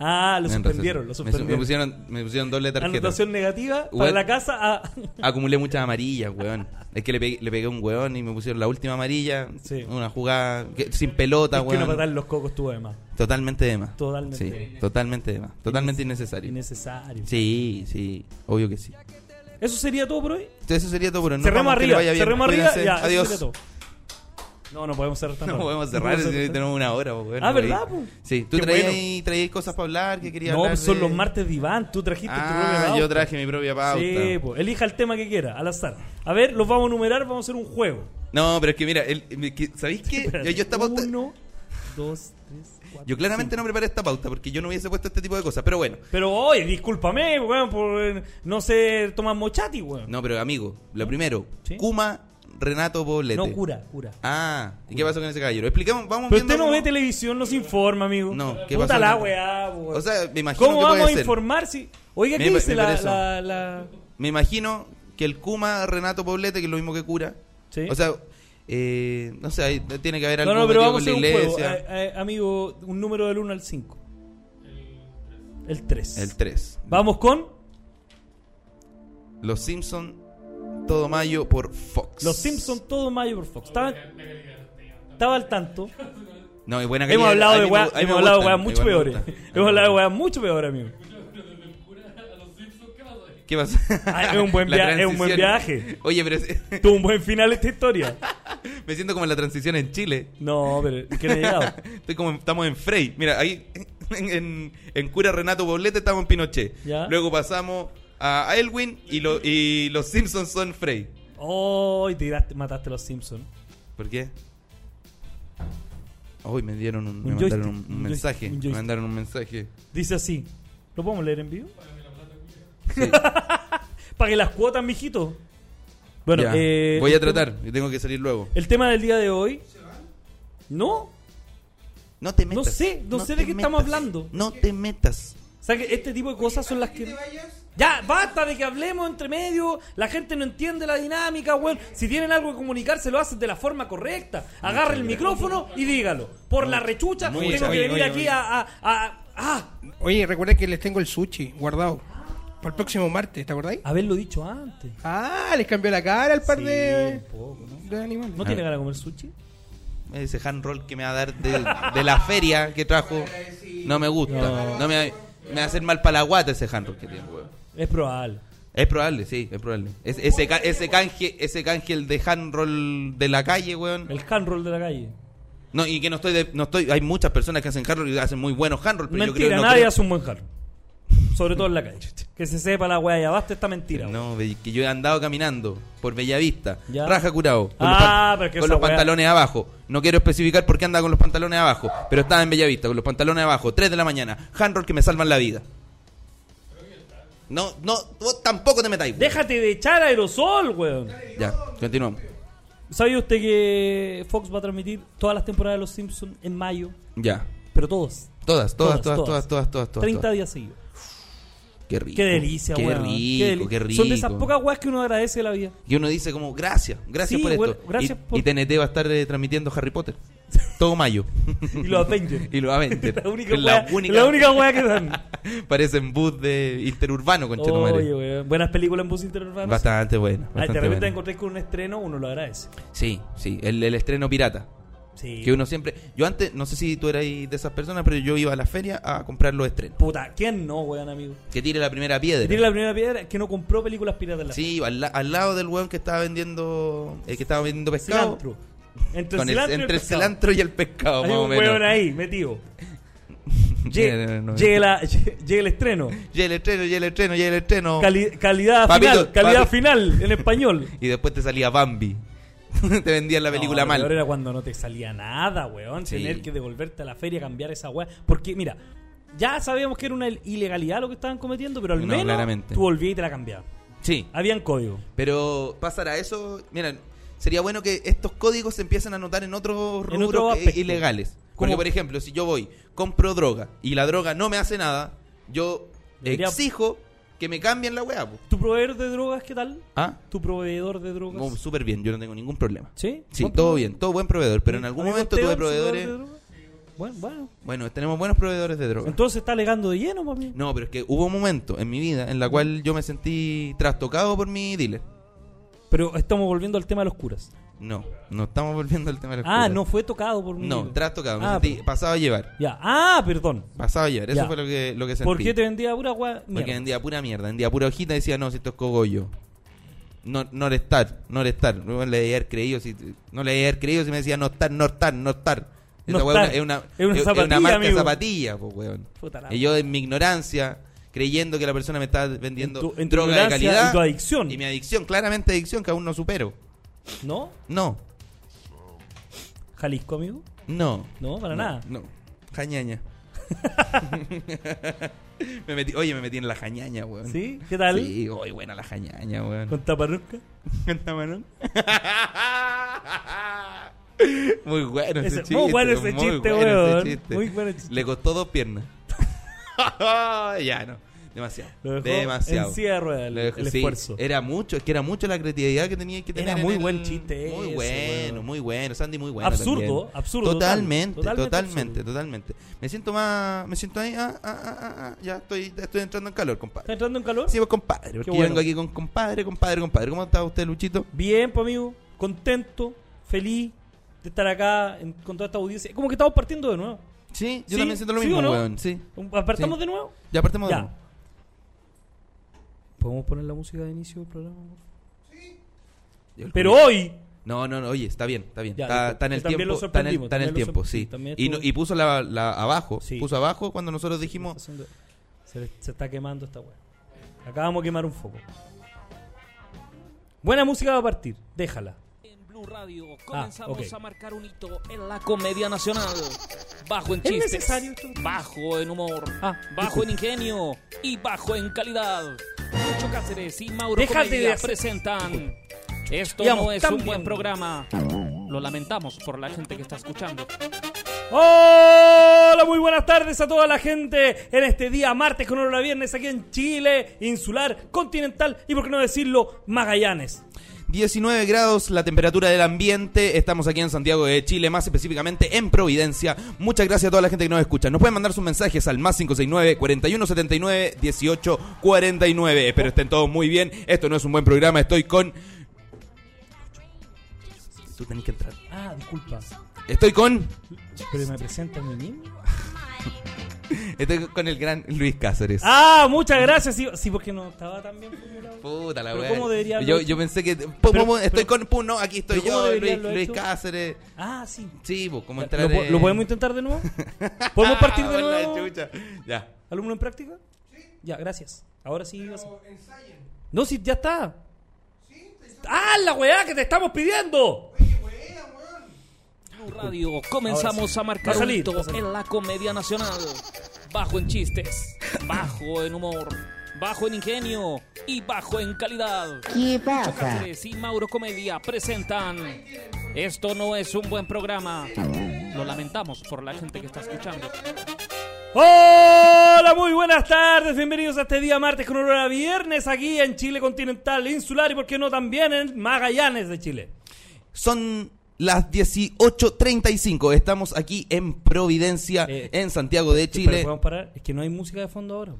[SPEAKER 1] Ah, lo
[SPEAKER 2] En
[SPEAKER 1] suspendieron,
[SPEAKER 2] receso.
[SPEAKER 1] lo
[SPEAKER 2] Me su- Me,
[SPEAKER 1] suspendieron.
[SPEAKER 2] pusieron, me pusieron doble tarjeta.
[SPEAKER 1] Anotación negativa para
[SPEAKER 2] What?
[SPEAKER 1] la casa. ah,
[SPEAKER 2] Acumulé muchas amarillas, weón. Es que le pegué, le pegué a un weón y me pusieron la última amarilla.
[SPEAKER 1] Sí.
[SPEAKER 2] Una jugada que- sin pelota,
[SPEAKER 1] es que no
[SPEAKER 2] weón.
[SPEAKER 1] patar los cocos tú además.
[SPEAKER 2] Totalmente de más.
[SPEAKER 1] Totalmente
[SPEAKER 2] Sí,
[SPEAKER 1] de más.
[SPEAKER 2] totalmente de más. Totalmente innecesario.
[SPEAKER 1] Innecesario.
[SPEAKER 2] Sí, sí. Obvio que sí.
[SPEAKER 1] Eso sería todo por hoy.
[SPEAKER 2] Entonces eso sería todo por hoy. Nos
[SPEAKER 1] cerremos
[SPEAKER 2] vamos, que le
[SPEAKER 1] arriba,
[SPEAKER 2] vaya bien.
[SPEAKER 1] cerremos arriba.
[SPEAKER 2] Cuídense.
[SPEAKER 1] Ya, eso sería
[SPEAKER 2] Adiós.
[SPEAKER 1] todo. No, no podemos cerrar tan
[SPEAKER 2] No
[SPEAKER 1] rápido.
[SPEAKER 2] podemos cerrar, si
[SPEAKER 1] podemos cerrar tan-
[SPEAKER 2] tenemos una hora. pues, bueno,
[SPEAKER 1] Ah,
[SPEAKER 2] por
[SPEAKER 1] ¿verdad,
[SPEAKER 2] ahí.
[SPEAKER 1] po?
[SPEAKER 2] Sí, tú
[SPEAKER 1] Qué
[SPEAKER 2] traías,
[SPEAKER 1] bueno.
[SPEAKER 2] ahí- traías cosas para hablar que querías
[SPEAKER 1] No, pues,
[SPEAKER 2] hablar.
[SPEAKER 1] son
[SPEAKER 2] de-
[SPEAKER 1] los martes diván, tú trajiste tu propia
[SPEAKER 2] Ah,
[SPEAKER 1] pauta.
[SPEAKER 2] yo traje mi propia pauta.
[SPEAKER 1] Sí, pues, elija el tema que quiera, al azar. A ver, los vamos a numerar, vamos a hacer un juego.
[SPEAKER 2] No, pero es que mira, el- el que- ¿sabéis qué? Yo, yo esta pauta-
[SPEAKER 1] Uno, dos, tres, cuatro.
[SPEAKER 2] yo claramente no preparé esta pauta porque yo no hubiese puesto este tipo de cosas, pero bueno.
[SPEAKER 1] Pero oye, discúlpame, weón, por eh, no ser Tomás Mochati, weón.
[SPEAKER 2] No, pero amigo, lo primero,
[SPEAKER 1] ¿Sí?
[SPEAKER 2] Kuma Renato Poblete.
[SPEAKER 1] No, cura, cura.
[SPEAKER 2] Ah, ¿y qué pasó con ese caballero? Expliquemos, vamos
[SPEAKER 1] Pero usted
[SPEAKER 2] viendo
[SPEAKER 1] no ve
[SPEAKER 2] cómo-
[SPEAKER 1] televisión, no se informa, amigo.
[SPEAKER 2] No, ¿qué
[SPEAKER 1] Puta
[SPEAKER 2] pasó?
[SPEAKER 1] la weá, weón.
[SPEAKER 2] O sea, me imagino
[SPEAKER 1] ¿Cómo
[SPEAKER 2] que
[SPEAKER 1] vamos
[SPEAKER 2] puede
[SPEAKER 1] a
[SPEAKER 2] ser.
[SPEAKER 1] informar si. Oiga,
[SPEAKER 2] Me
[SPEAKER 1] ¿qué
[SPEAKER 2] pa-
[SPEAKER 1] dice
[SPEAKER 2] me
[SPEAKER 1] la,
[SPEAKER 2] parece.
[SPEAKER 1] la, la-
[SPEAKER 2] Me imagino que el Kuma Renato Poblete, que es lo mismo que cura.
[SPEAKER 1] Sí.
[SPEAKER 2] O sea, Eh, no sé, hay- tiene que haber algo
[SPEAKER 1] No, no, pero
[SPEAKER 2] metido
[SPEAKER 1] vamos a hacer un
[SPEAKER 2] con la
[SPEAKER 1] juego.
[SPEAKER 2] iglesia.
[SPEAKER 1] Eh, eh, amigo, un número del 1 al 5. El 3.
[SPEAKER 2] El 3.
[SPEAKER 1] Vamos con
[SPEAKER 2] Los Simpson todo mayo por Fox.
[SPEAKER 1] Los Simpsons todo mayo por Fox. Estaba, estaba al tanto.
[SPEAKER 2] No, y buena
[SPEAKER 1] Hemos
[SPEAKER 2] calidad. A
[SPEAKER 1] hablado
[SPEAKER 2] mí
[SPEAKER 1] de
[SPEAKER 2] me
[SPEAKER 1] weas,
[SPEAKER 2] gu- a mí me
[SPEAKER 1] hemos hablado de
[SPEAKER 2] gustan,
[SPEAKER 1] weas mucho
[SPEAKER 2] igual me
[SPEAKER 1] peores.
[SPEAKER 2] gustan.
[SPEAKER 1] Hemos hablado de weas mucho peores, amigo.
[SPEAKER 2] ¿Qué pasa?
[SPEAKER 1] Ah, es un buen
[SPEAKER 2] La
[SPEAKER 1] via- es un buen
[SPEAKER 2] transición.
[SPEAKER 1] viaje.
[SPEAKER 2] Oye, pero es-
[SPEAKER 1] Tuvo un buen final esta historia.
[SPEAKER 2] me siento como en la transición en Chile.
[SPEAKER 1] No, pero ¿qué no he llegado?
[SPEAKER 2] Estoy como en- estamos en Frey. Mira, ahí en, en- en Cura Renato Poblete estamos en Pinochet.
[SPEAKER 1] Ya.
[SPEAKER 2] Luego pasamos a Elwin y, lo- y los Simpsons son Frey.
[SPEAKER 1] Oh, y tiraste, mataste a los Simpsons.
[SPEAKER 2] ¿Por qué? Hoy me dieron un,
[SPEAKER 1] Un
[SPEAKER 2] me mandaron un,
[SPEAKER 1] joystick,
[SPEAKER 2] un
[SPEAKER 1] un
[SPEAKER 2] mensaje.
[SPEAKER 1] joystick, un
[SPEAKER 2] Me
[SPEAKER 1] joystick.
[SPEAKER 2] mandaron un mensaje.
[SPEAKER 1] Dice así. ¿Lo podemos leer en vivo? Pague las cuotas, mijito. Bueno,
[SPEAKER 2] Ya.
[SPEAKER 1] eh,
[SPEAKER 2] voy a
[SPEAKER 1] el tema-
[SPEAKER 2] tratar. Yo tengo que salir luego.
[SPEAKER 1] El tema del día de hoy. ¿No?
[SPEAKER 2] No te metas.
[SPEAKER 1] No sé, no sé de
[SPEAKER 2] te
[SPEAKER 1] qué estamos hablando.
[SPEAKER 2] No te metas.
[SPEAKER 1] O sea, que este tipo de cosas son las que.
[SPEAKER 3] vayas?
[SPEAKER 1] Ya, basta de que hablemos entre medio. La gente no entiende la dinámica, weón. Si tienen algo que comunicarse, lo hacen de la forma correcta. Agarra el micrófono y dígalo. Por la rechucha,
[SPEAKER 2] Muy
[SPEAKER 1] tengo que
[SPEAKER 3] bien.
[SPEAKER 1] venir
[SPEAKER 3] Oye,
[SPEAKER 1] aquí
[SPEAKER 3] oye,
[SPEAKER 1] a. a, a- a-
[SPEAKER 3] Oye, recuerda que les tengo el sushi guardado para el próximo martes, ¿te acordáis?
[SPEAKER 1] Haberlo dicho antes.
[SPEAKER 3] Ah, les cambió la cara al par
[SPEAKER 1] Sí,
[SPEAKER 3] de,
[SPEAKER 1] un poco, ¿no?
[SPEAKER 3] de animales.
[SPEAKER 1] ¿No tiene ganas de comer sushi?
[SPEAKER 2] Ese hand roll que me va a dar de, de la feria que trajo no me gusta.
[SPEAKER 1] No.
[SPEAKER 2] No, me, va- me va a hacer mal para la guata ese hand roll que tiene, weón.
[SPEAKER 1] Es probable.
[SPEAKER 2] Es probable, sí, es probable. Es- ese, ca- ese canje, ese canje el de hand roll de la calle, weón.
[SPEAKER 1] El hand roll de la calle.
[SPEAKER 2] No, y que no estoy, de- no estoy, hay muchas personas que hacen hand roll y hacen muy buenos hand roll, pero yo
[SPEAKER 1] mentira,
[SPEAKER 2] creo no
[SPEAKER 1] nadie
[SPEAKER 2] creo-
[SPEAKER 1] hace un buen jarro. Sobre todo en la calle. Que se sepa la weá, ya basta esta mentira. weón.
[SPEAKER 2] No, ve- que yo he andado caminando por Bellavista,
[SPEAKER 1] Ya.
[SPEAKER 2] raja curado, con los,
[SPEAKER 1] Ah,
[SPEAKER 2] pan-
[SPEAKER 1] pero que
[SPEAKER 2] con
[SPEAKER 1] esa
[SPEAKER 2] los
[SPEAKER 1] weá-
[SPEAKER 2] pantalones abajo. No quiero especificar por qué andaba con los pantalones abajo, pero estaba en Bellavista con los pantalones abajo, 3 de la mañana, hand roll que me salvan la vida. No, no, vos tampoco te metáis. weón.
[SPEAKER 1] Déjate de echar aerosol, weón.
[SPEAKER 2] Ya, continuamos.
[SPEAKER 1] ¿Sabía usted que Fox va a transmitir todas las temporadas de Los Simpsons en mayo?
[SPEAKER 2] Ya.
[SPEAKER 1] Pero todos.
[SPEAKER 2] Todas, todas, todas,
[SPEAKER 1] Todas,
[SPEAKER 2] todas, todas, todas, todas.
[SPEAKER 1] 30
[SPEAKER 2] todas.
[SPEAKER 1] días seguidos.
[SPEAKER 2] Qué rico.
[SPEAKER 1] Qué delicia,
[SPEAKER 2] Qué
[SPEAKER 1] weón.
[SPEAKER 2] rico,
[SPEAKER 1] deli-
[SPEAKER 2] qué rico.
[SPEAKER 1] Son de esas pocas weas que uno agradece de la vida.
[SPEAKER 2] Y uno dice como, gracias, gracias
[SPEAKER 1] Sí,
[SPEAKER 2] por esto.
[SPEAKER 1] bueno, gracias
[SPEAKER 2] y,
[SPEAKER 1] por-
[SPEAKER 2] y TNT va a estar eh, transmitiendo Harry Potter. Todo mayo.
[SPEAKER 1] Y los Avengers.
[SPEAKER 2] y lo va a vender.
[SPEAKER 1] la única
[SPEAKER 2] Es la
[SPEAKER 1] wea-
[SPEAKER 2] única-
[SPEAKER 1] la única wea que dan.
[SPEAKER 2] Parecen bus de interurbano, con
[SPEAKER 1] Oye, weón. Buenas películas en bus interurbanos.
[SPEAKER 2] Bastante bueno.
[SPEAKER 1] Ah, de
[SPEAKER 2] Bastante
[SPEAKER 1] repente te
[SPEAKER 2] bueno.
[SPEAKER 1] encontréis con un estreno, uno lo agradece.
[SPEAKER 2] Sí, sí. El, el estreno pirata.
[SPEAKER 1] Sí.
[SPEAKER 2] Que uno siempre. Yo antes, no sé si tú eras ahí de esas personas, pero yo iba a la feria a comprar los estrenos.
[SPEAKER 1] Puta, ¿quién no, weón, amigo?
[SPEAKER 2] Que tire la primera piedra.
[SPEAKER 1] Que tiene la primera piedra que no compró películas piratas en la
[SPEAKER 2] Sí, al, la- al lado del weón que estaba vendiendo. eh, que estaba vendiendo pescado.
[SPEAKER 1] cilantro. Entre
[SPEAKER 2] Con
[SPEAKER 1] el
[SPEAKER 2] el-
[SPEAKER 1] cilantro y
[SPEAKER 2] entre el
[SPEAKER 1] pescado.
[SPEAKER 2] cilantro y el pescado,
[SPEAKER 1] Hay
[SPEAKER 2] más o
[SPEAKER 1] un
[SPEAKER 2] menos.
[SPEAKER 1] weón ahí, metido. Lle-
[SPEAKER 2] No, no, no.
[SPEAKER 1] Llega la- llega el estreno.
[SPEAKER 2] Y el estreno, y el estreno, y el estreno.
[SPEAKER 1] Cali- calidad
[SPEAKER 2] Papito,
[SPEAKER 1] final, calidad
[SPEAKER 2] papi.
[SPEAKER 1] final en español.
[SPEAKER 2] y después te salía Bambi. te vendían la película
[SPEAKER 1] No, lo
[SPEAKER 2] mal.
[SPEAKER 1] peor era cuando no te salía nada, weón.
[SPEAKER 2] Sí.
[SPEAKER 1] Tener que devolverte a la feria, cambiar esa weá. Porque, mira, ya sabíamos que era una ilegalidad lo que estaban cometiendo, pero al
[SPEAKER 2] No,
[SPEAKER 1] menos
[SPEAKER 2] claramente.
[SPEAKER 1] tú volvías y te la cambiaban.
[SPEAKER 2] Sí.
[SPEAKER 1] Habían código.
[SPEAKER 2] Pero pasará eso. Mira, sería bueno que estos códigos se empiecen a anotar en otros
[SPEAKER 1] En
[SPEAKER 2] rubros
[SPEAKER 1] otro
[SPEAKER 2] que-
[SPEAKER 1] aspecto.
[SPEAKER 2] ilegales.
[SPEAKER 1] ¿Cómo?
[SPEAKER 2] Porque, por ejemplo, si yo voy, compro droga y la droga no me hace nada, yo
[SPEAKER 1] Debería-
[SPEAKER 2] exijo que me cambien la weá. po.
[SPEAKER 1] ¿Tu proveedor de drogas qué tal?
[SPEAKER 2] ¿Ah?
[SPEAKER 1] ¿Tu proveedor de drogas?
[SPEAKER 2] No, Oh, Súper bien, yo no tengo ningún problema.
[SPEAKER 1] ¿Sí?
[SPEAKER 2] Sí,
[SPEAKER 1] ¿Buen
[SPEAKER 2] todo
[SPEAKER 1] proveedor?
[SPEAKER 2] bien, todo buen proveedor. Pero en algún
[SPEAKER 1] Amigo
[SPEAKER 2] momento
[SPEAKER 1] Esteban,
[SPEAKER 2] tuve
[SPEAKER 1] ¿su
[SPEAKER 2] proveedores.
[SPEAKER 1] proveedor de droga? Bueno, bueno.
[SPEAKER 2] Bueno, tenemos buenos proveedores de droga.
[SPEAKER 1] Entonces está legando de lleno, papi.
[SPEAKER 2] No, pero es que hubo un momento en mi vida en la cual yo me sentí trastocado por mi dealer.
[SPEAKER 1] Pero estamos volviendo al tema de los curas.
[SPEAKER 2] No, no estamos volviendo al tema de las
[SPEAKER 1] Ah,
[SPEAKER 2] cosas.
[SPEAKER 1] no fue tocado por mí.
[SPEAKER 2] No, trastocado. Me
[SPEAKER 1] Ah,
[SPEAKER 2] sentí pasado a llevar.
[SPEAKER 1] Ya. Ah, perdón.
[SPEAKER 2] Pasado a llevar. Eso
[SPEAKER 1] Ya.
[SPEAKER 2] fue lo que, lo que sentí.
[SPEAKER 1] ¿Por qué te vendía pura weá?
[SPEAKER 2] Porque
[SPEAKER 1] Mierda.
[SPEAKER 2] vendía pura mierda. Vendía pura hojita y decía, no, si esto es cogollo. No, no estar, no estar. No le había haber creído si, no le había haber creído si me decía no estar, no estar, no estar. Esa
[SPEAKER 1] No
[SPEAKER 2] weá
[SPEAKER 1] estar.
[SPEAKER 2] es una,
[SPEAKER 1] Es una
[SPEAKER 2] es- es
[SPEAKER 1] zapatilla,
[SPEAKER 2] marca de
[SPEAKER 1] amigo.
[SPEAKER 2] zapatilla, po, weón.
[SPEAKER 1] Puta la
[SPEAKER 2] Y yo en mi ignorancia, creyendo que la persona me estaba vendiendo
[SPEAKER 1] En tu- en tu
[SPEAKER 2] droga de
[SPEAKER 1] ignorancia
[SPEAKER 2] calidad.
[SPEAKER 1] y tu adicción.
[SPEAKER 2] Y mi adicción, claramente adicción que aún no supero.
[SPEAKER 1] ¿No?
[SPEAKER 2] No,
[SPEAKER 1] ¿Jalisco, amigo?
[SPEAKER 2] no.
[SPEAKER 1] No, para
[SPEAKER 2] No,
[SPEAKER 1] nada.
[SPEAKER 2] No. Jañaña. me metí, oye, me metí en la jañaña, weón.
[SPEAKER 1] ¿Sí? ¿Qué tal?
[SPEAKER 2] Sí, oye, buena la jañaña, weón.
[SPEAKER 1] ¿Con taparruca?
[SPEAKER 2] muy bueno ese,
[SPEAKER 1] Ese-
[SPEAKER 2] chiste.
[SPEAKER 1] muy bueno ese chiste, weón. Muy bueno el chiste.
[SPEAKER 2] Le costó dos piernas. ya no. Demasiado.
[SPEAKER 1] Lo dejó
[SPEAKER 2] demasiado.
[SPEAKER 1] en silla de ruedas el-
[SPEAKER 2] Lo dejó-
[SPEAKER 1] el
[SPEAKER 2] sí,
[SPEAKER 1] esfuerzo.
[SPEAKER 2] Era mucho, es que era mucho la creatividad que tenía que tener.
[SPEAKER 1] Era
[SPEAKER 2] en
[SPEAKER 1] muy
[SPEAKER 2] el-
[SPEAKER 1] buen chiste
[SPEAKER 2] Muy
[SPEAKER 1] ese,
[SPEAKER 2] bueno,
[SPEAKER 1] weón.
[SPEAKER 2] muy bueno. Sandy, muy bueno.
[SPEAKER 1] Absurdo,
[SPEAKER 2] también.
[SPEAKER 1] absurdo,
[SPEAKER 2] Totalmente,
[SPEAKER 1] total, totalmente
[SPEAKER 2] totalmente, totalmente,
[SPEAKER 1] absurdo.
[SPEAKER 2] Me siento más. Me siento ahí. Ah, ah, ah, ah, ah, ya estoy, ya estoy entrando en calor,
[SPEAKER 1] ¿Está
[SPEAKER 2] compadre.
[SPEAKER 1] entrando en calor?
[SPEAKER 2] Sí, pues, compadre. Porque yo
[SPEAKER 1] bueno.
[SPEAKER 2] vengo aquí con compadre, compadre, compadre. ¿Cómo está usted, Luchito?
[SPEAKER 1] Bien, pues amigo, contento, feliz de estar acá en- con toda esta audiencia. Como que estamos partiendo de nuevo.
[SPEAKER 2] Sí, yo
[SPEAKER 1] ¿Sí?
[SPEAKER 2] también siento lo
[SPEAKER 1] ¿Sí
[SPEAKER 2] mismo,
[SPEAKER 1] o no?
[SPEAKER 2] weón. Sí.
[SPEAKER 1] ¿Apartamos
[SPEAKER 2] Sí.
[SPEAKER 1] de nuevo?
[SPEAKER 2] Ya partimos de
[SPEAKER 1] Ya.
[SPEAKER 2] nuevo.
[SPEAKER 1] ¿Podemos poner la música de inicio del programa? por favor?
[SPEAKER 2] Yo el
[SPEAKER 1] Pero
[SPEAKER 2] Julio-
[SPEAKER 1] hoy,
[SPEAKER 2] No, no, no, oye, está bien, está bien.
[SPEAKER 1] Ya,
[SPEAKER 2] está,
[SPEAKER 1] listo.
[SPEAKER 2] está en el
[SPEAKER 1] También
[SPEAKER 2] tiempo,
[SPEAKER 1] lo
[SPEAKER 2] está en el,
[SPEAKER 1] sorprendimos,
[SPEAKER 2] está en el
[SPEAKER 1] también lo
[SPEAKER 2] tiempo,
[SPEAKER 1] sor-
[SPEAKER 2] sí.
[SPEAKER 1] sí, también
[SPEAKER 2] y, no-
[SPEAKER 1] estuvo-
[SPEAKER 2] y puso la, la abajo,
[SPEAKER 1] Sí.
[SPEAKER 2] puso abajo cuando nosotros dijimos,
[SPEAKER 1] haciendo- se, le- se está quemando esta weá. Acabamos de quemar un foco. Buena música va a partir, déjala.
[SPEAKER 4] En Blue Radio comenzamos
[SPEAKER 1] Ah, ok.
[SPEAKER 4] a marcar un hito en la comedia nacional. Bajo en
[SPEAKER 1] ¿Es
[SPEAKER 4] chistes,
[SPEAKER 1] necesario esto?
[SPEAKER 4] bajo en humor,
[SPEAKER 1] Ah,
[SPEAKER 4] bajo en ingenio y bajo en calidad. Lucho Cáceres y Mauro
[SPEAKER 1] Déjate
[SPEAKER 4] Comedia
[SPEAKER 1] de hacer-
[SPEAKER 4] presentan. Esto
[SPEAKER 1] Digamos,
[SPEAKER 4] no es
[SPEAKER 1] tan
[SPEAKER 4] un buen
[SPEAKER 1] bien.
[SPEAKER 4] programa. Lo lamentamos por la gente que está escuchando.
[SPEAKER 1] Hola, muy buenas tardes a toda la gente en este día martes con hora a viernes aquí en Chile, insular, continental y por qué no decirlo, Magallanes.
[SPEAKER 2] 19 grados la temperatura del ambiente. Estamos aquí en Santiago de Chile, más específicamente en Providencia. Muchas gracias a toda la gente que nos escucha. Nos pueden mandar sus mensajes al más 569 4179 1849. Espero estén todos muy bien. Esto no es un buen programa, estoy con Tú tenés que entrar.
[SPEAKER 1] Ah, disculpa,
[SPEAKER 2] Estoy con
[SPEAKER 1] pero me presenta a mí mismo.
[SPEAKER 2] estoy con el gran Luis Cáceres.
[SPEAKER 1] Ah, muchas gracias. Sí, sí, porque no estaba tan bien formulado.
[SPEAKER 2] Puta la
[SPEAKER 1] Pero
[SPEAKER 2] weá.
[SPEAKER 1] ¿cómo debería
[SPEAKER 2] yo,
[SPEAKER 1] haberlo
[SPEAKER 2] yo pensé que. pum,
[SPEAKER 1] Pero-
[SPEAKER 2] pum, estoy
[SPEAKER 1] pero-
[SPEAKER 2] con Pum, no, aquí estoy
[SPEAKER 1] ¿pero cómo
[SPEAKER 2] yo,
[SPEAKER 1] debería
[SPEAKER 2] Luis,
[SPEAKER 1] haberlo
[SPEAKER 2] Luis
[SPEAKER 1] hecho?
[SPEAKER 2] Cáceres.
[SPEAKER 1] Ah, sí.
[SPEAKER 2] Sí, pues, ¿cómo
[SPEAKER 1] ¿Lo,
[SPEAKER 2] entrar
[SPEAKER 1] po-
[SPEAKER 2] en-
[SPEAKER 1] lo podemos intentar de nuevo? ¿Podemos partir de
[SPEAKER 2] Ah, la
[SPEAKER 1] nuevo?
[SPEAKER 2] chucha. Ya.
[SPEAKER 1] ¿Alumno en práctica? Sí. Ya, gracias. Ahora sí. vas a- No, si ya está. ¡Ah, la weá que te estamos pidiendo!
[SPEAKER 4] Blue Radio comenzamos
[SPEAKER 1] sí.
[SPEAKER 4] a
[SPEAKER 1] Va
[SPEAKER 4] marcar
[SPEAKER 1] a salir,
[SPEAKER 4] un
[SPEAKER 1] va a
[SPEAKER 4] hito
[SPEAKER 1] salir.
[SPEAKER 4] en la comedia nacional. Bajo en chistes, bajo en humor, bajo en ingenio y bajo en calidad.
[SPEAKER 5] ¿Qué pasa?
[SPEAKER 4] Cáceres y Mauro Comedia presentan Esto no es un buen programa. Lo lamentamos por la gente que está escuchando.
[SPEAKER 1] Hola, muy buenas tardes, bienvenidos a este día martes con hora viernes aquí en Chile continental, insular y por qué no también en Magallanes de Chile.
[SPEAKER 2] Son las 18.35. Estamos aquí en Providencia,
[SPEAKER 1] Eh,
[SPEAKER 2] en Santiago de
[SPEAKER 1] Pero
[SPEAKER 2] Chile.
[SPEAKER 1] podemos parar, es que no hay música de fondo ahora.